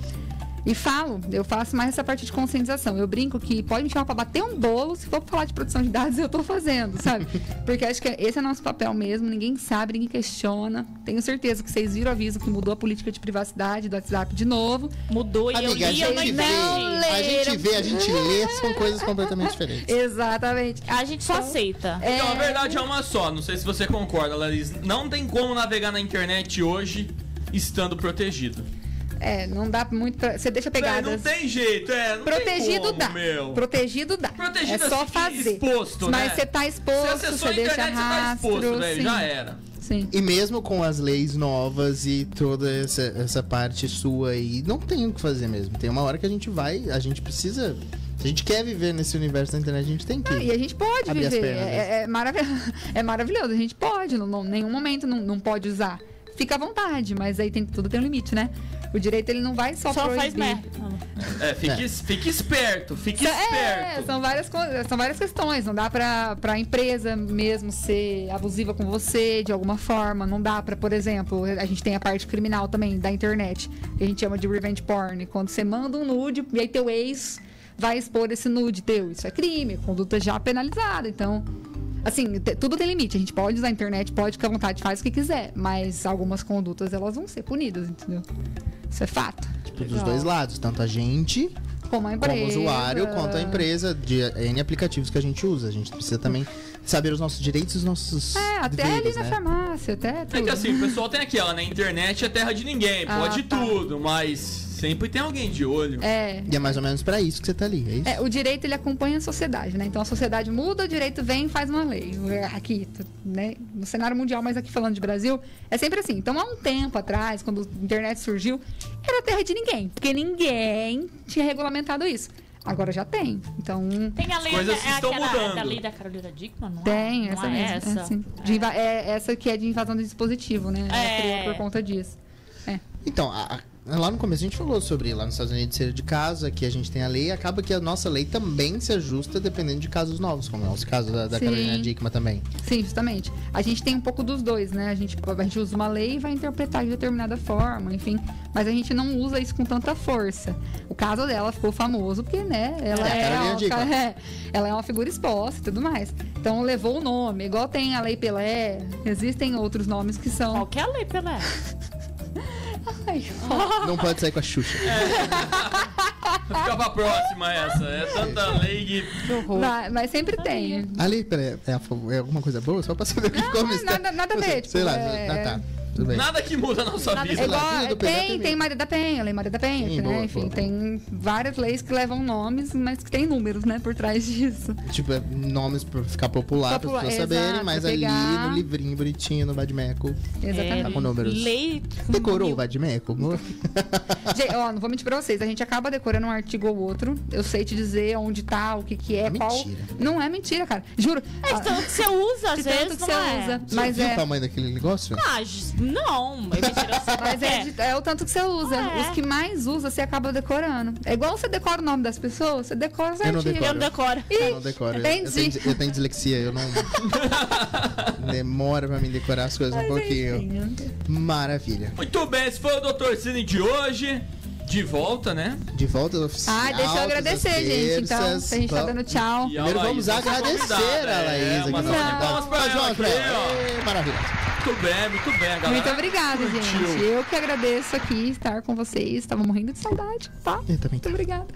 [SPEAKER 6] E falo, eu faço mais essa parte de conscientização. Eu brinco que pode me chamar pra bater um bolo, se for pra falar de produção de dados, eu tô fazendo, sabe? Porque acho que esse é nosso papel mesmo, ninguém sabe, ninguém questiona. Tenho certeza que vocês viram o aviso que mudou a política de privacidade do WhatsApp de novo.
[SPEAKER 5] Mudou e eu
[SPEAKER 4] Amiga, a
[SPEAKER 5] li, eu não
[SPEAKER 4] gente vê,
[SPEAKER 5] entendi.
[SPEAKER 4] a gente vê, a gente lê, são coisas completamente diferentes.
[SPEAKER 6] Exatamente.
[SPEAKER 5] A gente só aceita.
[SPEAKER 6] É,
[SPEAKER 3] Então, a verdade é uma só. Não sei se você concorda, Larissa. Não tem como navegar na internet hoje estando protegido.
[SPEAKER 6] é, não dá muito pra... Você deixa
[SPEAKER 3] Véi,
[SPEAKER 6] pegadas.
[SPEAKER 3] não tem jeito, é. Não
[SPEAKER 6] Protegido
[SPEAKER 3] tem como,
[SPEAKER 6] tá. dá.
[SPEAKER 3] meu.
[SPEAKER 6] Protegido dá.
[SPEAKER 3] Protegido
[SPEAKER 6] é só
[SPEAKER 3] assim,
[SPEAKER 6] fazer.
[SPEAKER 3] exposto,
[SPEAKER 6] Mas
[SPEAKER 3] né?
[SPEAKER 6] você tá
[SPEAKER 3] Você
[SPEAKER 6] exposto, você,
[SPEAKER 3] acessou a
[SPEAKER 6] deixa
[SPEAKER 3] internet, você tá
[SPEAKER 6] rastro.
[SPEAKER 3] exposto, velho.
[SPEAKER 6] sim.
[SPEAKER 3] Já era.
[SPEAKER 6] Sim.
[SPEAKER 4] E mesmo com as leis novas e toda essa, essa parte sua aí, não tem o que fazer mesmo. Tem uma hora que a gente vai, a gente precisa. Se a gente quer viver nesse universo da internet, a gente tem que.
[SPEAKER 6] Não, Ah, e é a gente pode
[SPEAKER 4] Abrir as
[SPEAKER 6] viver.
[SPEAKER 4] pernas, né?
[SPEAKER 6] É, é, maravilhoso. é maravilhoso. A gente pode. Em nenhum momento não, não pode usar. Fica à vontade, mas aí tem, tudo tem um limite, né? O direito ele não vai só,
[SPEAKER 5] Só
[SPEAKER 6] proibir.
[SPEAKER 5] faz merda.
[SPEAKER 3] É, fique, fique esperto, fique
[SPEAKER 6] É,
[SPEAKER 3] esperto.
[SPEAKER 6] são várias, coisas- são várias questões. Não dá pra, pra empresa mesmo ser abusiva com você de alguma forma. Não dá pra, por exemplo, a gente tem a parte criminal também da internet, que a gente chama de revenge porn. Quando você manda um nude e aí teu ex vai expor esse nude teu. Isso é crime, é conduta já penalizada. Então, assim, te- tudo tem limite. A gente pode usar a internet, pode ficar à vontade, faz o que quiser. Mas algumas condutas elas vão ser punidas, entendeu? Isso é fato.
[SPEAKER 4] Tipo, dos dois lados, tanto a gente
[SPEAKER 6] Como a empresa.
[SPEAKER 4] como usuário, quanto a empresa de N aplicativos que a gente usa. A gente precisa também saber os nossos direitos e os nossos.
[SPEAKER 6] É, até ali
[SPEAKER 4] deveres,
[SPEAKER 6] na
[SPEAKER 4] né?
[SPEAKER 6] farmácia, até tudo.
[SPEAKER 3] É que assim, o pessoal tem aquela, né? Internet é terra de ninguém,
[SPEAKER 6] Ah,
[SPEAKER 3] pode
[SPEAKER 6] tá.
[SPEAKER 3] tudo, mas sempre tem alguém de olho.
[SPEAKER 6] É.
[SPEAKER 4] E é mais ou menos pra isso que você tá ali, é isso?
[SPEAKER 6] É, o direito ele acompanha a sociedade, né? Então a sociedade muda, o direito vem e faz uma lei. É, Aqui, t- né? No cenário mundial, mas aqui falando de Brasil, é sempre assim. Então há um tempo atrás, quando a internet surgiu, era terra de ninguém, porque ninguém tinha regulamentado isso. Agora já tem. Então
[SPEAKER 5] Tem a lei,
[SPEAKER 3] coisas
[SPEAKER 5] é
[SPEAKER 3] estão
[SPEAKER 5] aquela,
[SPEAKER 3] mudando.
[SPEAKER 5] É da lei da Carolina Dickman, não é?
[SPEAKER 6] tem
[SPEAKER 5] Não
[SPEAKER 6] essa
[SPEAKER 5] é
[SPEAKER 6] mesmo.
[SPEAKER 5] Essa.
[SPEAKER 6] É, assim, de inva- é essa que é de invasão do dispositivo, né? Ela
[SPEAKER 5] É.
[SPEAKER 6] criou por conta disso.
[SPEAKER 4] Então, a- a- lá no começo a gente falou sobre lá nos Estados Unidos ser de caso, aqui a gente tem a lei, acaba que a nossa lei também se ajusta dependendo de casos novos, como é os casos da, da
[SPEAKER 6] Sim.
[SPEAKER 4] Carolina Dickman também.
[SPEAKER 6] Sim, justamente. A gente tem um pouco dos dois, né? A gente, a gente usa uma lei e vai interpretar de determinada forma, enfim. Mas a gente não usa isso com tanta força. O caso dela ficou famoso porque, né? Ela
[SPEAKER 4] É, a
[SPEAKER 6] é,
[SPEAKER 4] Carolina
[SPEAKER 6] uma,
[SPEAKER 4] Dickmann.
[SPEAKER 6] é, ela é uma figura exposta e tudo mais. Então levou o nome. Igual tem a Lei Pelé, existem outros nomes que são.
[SPEAKER 5] Qualquer lei, Pelé.
[SPEAKER 6] Ai,
[SPEAKER 4] Não pode sair com a Xuxa.
[SPEAKER 6] É.
[SPEAKER 3] Fica pra próxima essa. É tanta lei que.
[SPEAKER 6] mas, mas sempre tem.
[SPEAKER 4] Ali, peraí, é, a favor- é alguma coisa é boa? Só pra saber o que ficou
[SPEAKER 6] nada- nada a ver,
[SPEAKER 4] Sei,
[SPEAKER 6] tipo,
[SPEAKER 4] sei lá,
[SPEAKER 6] é-
[SPEAKER 4] ah, tá. Tudo bem.
[SPEAKER 3] Nada que muda a nossa
[SPEAKER 5] Nada que
[SPEAKER 3] vida.
[SPEAKER 6] É
[SPEAKER 4] Sei lá,
[SPEAKER 6] igual,
[SPEAKER 4] Maria do
[SPEAKER 6] é,
[SPEAKER 4] Penha
[SPEAKER 6] tem,
[SPEAKER 4] também.
[SPEAKER 6] tem Maria da Penha, Lei Maria da Penha,
[SPEAKER 4] Sim,
[SPEAKER 6] né?
[SPEAKER 4] boa,
[SPEAKER 6] Enfim,
[SPEAKER 4] boa.
[SPEAKER 6] tem várias leis que levam nomes, mas que tem números, né, por trás disso.
[SPEAKER 4] Tipo, é nomes pra ficar popular, para
[SPEAKER 6] Popular,
[SPEAKER 4] as pessoas saberem,
[SPEAKER 6] exato,
[SPEAKER 4] mas
[SPEAKER 6] pra
[SPEAKER 4] ali
[SPEAKER 6] pegar. Hum.
[SPEAKER 4] no livrinho bonitinho, no Badmeco.
[SPEAKER 6] Exatamente.
[SPEAKER 4] Tá com números.
[SPEAKER 5] é Lei.
[SPEAKER 4] Decorou o Badmeco? amor?
[SPEAKER 6] Gente, ó, não vou mentir pra vocês, a gente acaba decorando um artigo ou outro. Eu sei te dizer onde tá, o que que é,
[SPEAKER 4] É
[SPEAKER 6] qual.
[SPEAKER 4] mentira.
[SPEAKER 6] Não é mentira, cara. Juro.
[SPEAKER 5] É de tanto que você usa, às
[SPEAKER 6] de
[SPEAKER 5] vezes,
[SPEAKER 6] tanto que
[SPEAKER 5] não
[SPEAKER 6] você
[SPEAKER 5] é.
[SPEAKER 6] usa.
[SPEAKER 4] Você
[SPEAKER 6] Mas
[SPEAKER 4] viu então? o
[SPEAKER 6] é.
[SPEAKER 4] tamanho daquele negócio?
[SPEAKER 5] Ah, j- não, é mentira, você
[SPEAKER 6] Mas é, de- é o tanto que você usa.
[SPEAKER 5] É.
[SPEAKER 6] Os que mais usa, você acaba decorando. É igual você decora o nome das pessoas, você decora os
[SPEAKER 4] Eu não
[SPEAKER 6] artigos.
[SPEAKER 4] decoro.
[SPEAKER 5] Eu não decoro.
[SPEAKER 4] Eu não decoro. Eu- Eu,
[SPEAKER 6] entendi.
[SPEAKER 4] tenho, eu tenho dislexia, eu não. Demora pra me decorar as coisas um pouquinho. Maravilha.
[SPEAKER 3] Muito bem, esse foi o Dr. Cine de hoje. De volta, né?
[SPEAKER 4] De volta ao oficina.
[SPEAKER 6] Ah, deixa eu agradecer, gente. Então, se a gente tá dando tchau.
[SPEAKER 3] E a
[SPEAKER 4] Primeiro vamos
[SPEAKER 3] Laís, nossa
[SPEAKER 4] agradecer
[SPEAKER 3] convidada.
[SPEAKER 4] a Laís
[SPEAKER 3] É,
[SPEAKER 4] aqui. né?
[SPEAKER 3] uma salva de palmas pra ela aqui, ó.
[SPEAKER 4] Maravilha.
[SPEAKER 3] Muito bem, muito bem, galera.
[SPEAKER 6] Muito obrigada,
[SPEAKER 3] curtiu.
[SPEAKER 6] gente. Eu que agradeço aqui estar com vocês. Tava morrendo de saudade, tá?
[SPEAKER 4] Eu também
[SPEAKER 6] Muito
[SPEAKER 4] tava.
[SPEAKER 6] obrigada.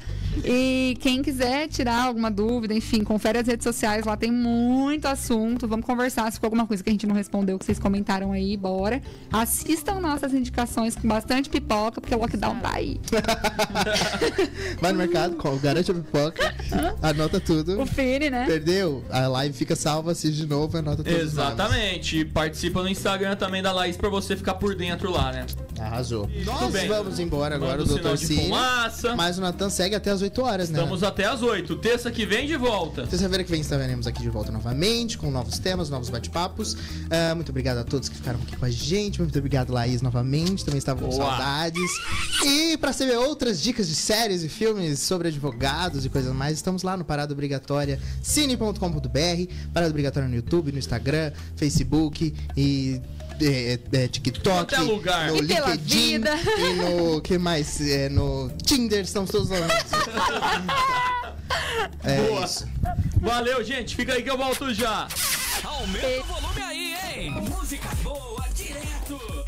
[SPEAKER 6] E quem quiser tirar alguma dúvida, enfim, confere as redes sociais, lá tem muito assunto. Vamos conversar se ficou alguma coisa que a gente não respondeu, que vocês comentaram aí, bora. Assistam nossas indicações com bastante pipoca, porque o lockdown tá aí.
[SPEAKER 4] Vai no mercado, co- garante a pipoca, anota
[SPEAKER 6] O
[SPEAKER 4] tudo.
[SPEAKER 6] Fini, né?
[SPEAKER 4] É, Perdeu? A live fica salva, assiste de novo, anota tudo.
[SPEAKER 3] Exatamente. E Participa no Instagram também da Laís pra você ficar por dentro lá, né?
[SPEAKER 4] Arrasou.
[SPEAKER 3] Tudo
[SPEAKER 4] Nós
[SPEAKER 3] bem.
[SPEAKER 4] vamos embora agora,
[SPEAKER 3] Manda o sinal
[SPEAKER 4] o Dr.
[SPEAKER 3] de
[SPEAKER 4] Cine.
[SPEAKER 3] fumaça.
[SPEAKER 4] Mas o Natan segue até as 8 horas, né?
[SPEAKER 3] Estamos até às 8. Terça que vem de volta.
[SPEAKER 4] Terça-feira que vem estaremos aqui de volta novamente, com novos temas, novos bate-papos. Ah, muito obrigado a todos que ficaram aqui com a gente. Muito obrigado, Laís, novamente. Também estava com
[SPEAKER 3] Boa.
[SPEAKER 4] saudades. E para saber outras dicas de séries e filmes sobre advogados e coisas mais, estamos lá no Parada Obrigatória, cine.com.br, Parada Obrigatória no YouTube, no Instagram, Facebook e. é, é,
[SPEAKER 3] Quanto
[SPEAKER 4] TikTok,
[SPEAKER 3] é lugar.
[SPEAKER 4] no
[SPEAKER 6] E pela
[SPEAKER 4] LinkedIn
[SPEAKER 6] vida.
[SPEAKER 4] e no que mais? É, no Tinder, estamos todos lá. É
[SPEAKER 3] Boa.
[SPEAKER 4] isso.
[SPEAKER 3] Valeu, gente. Fica aí que eu volto já.
[SPEAKER 1] Aumenta o volume aí, hein? Música boa direto.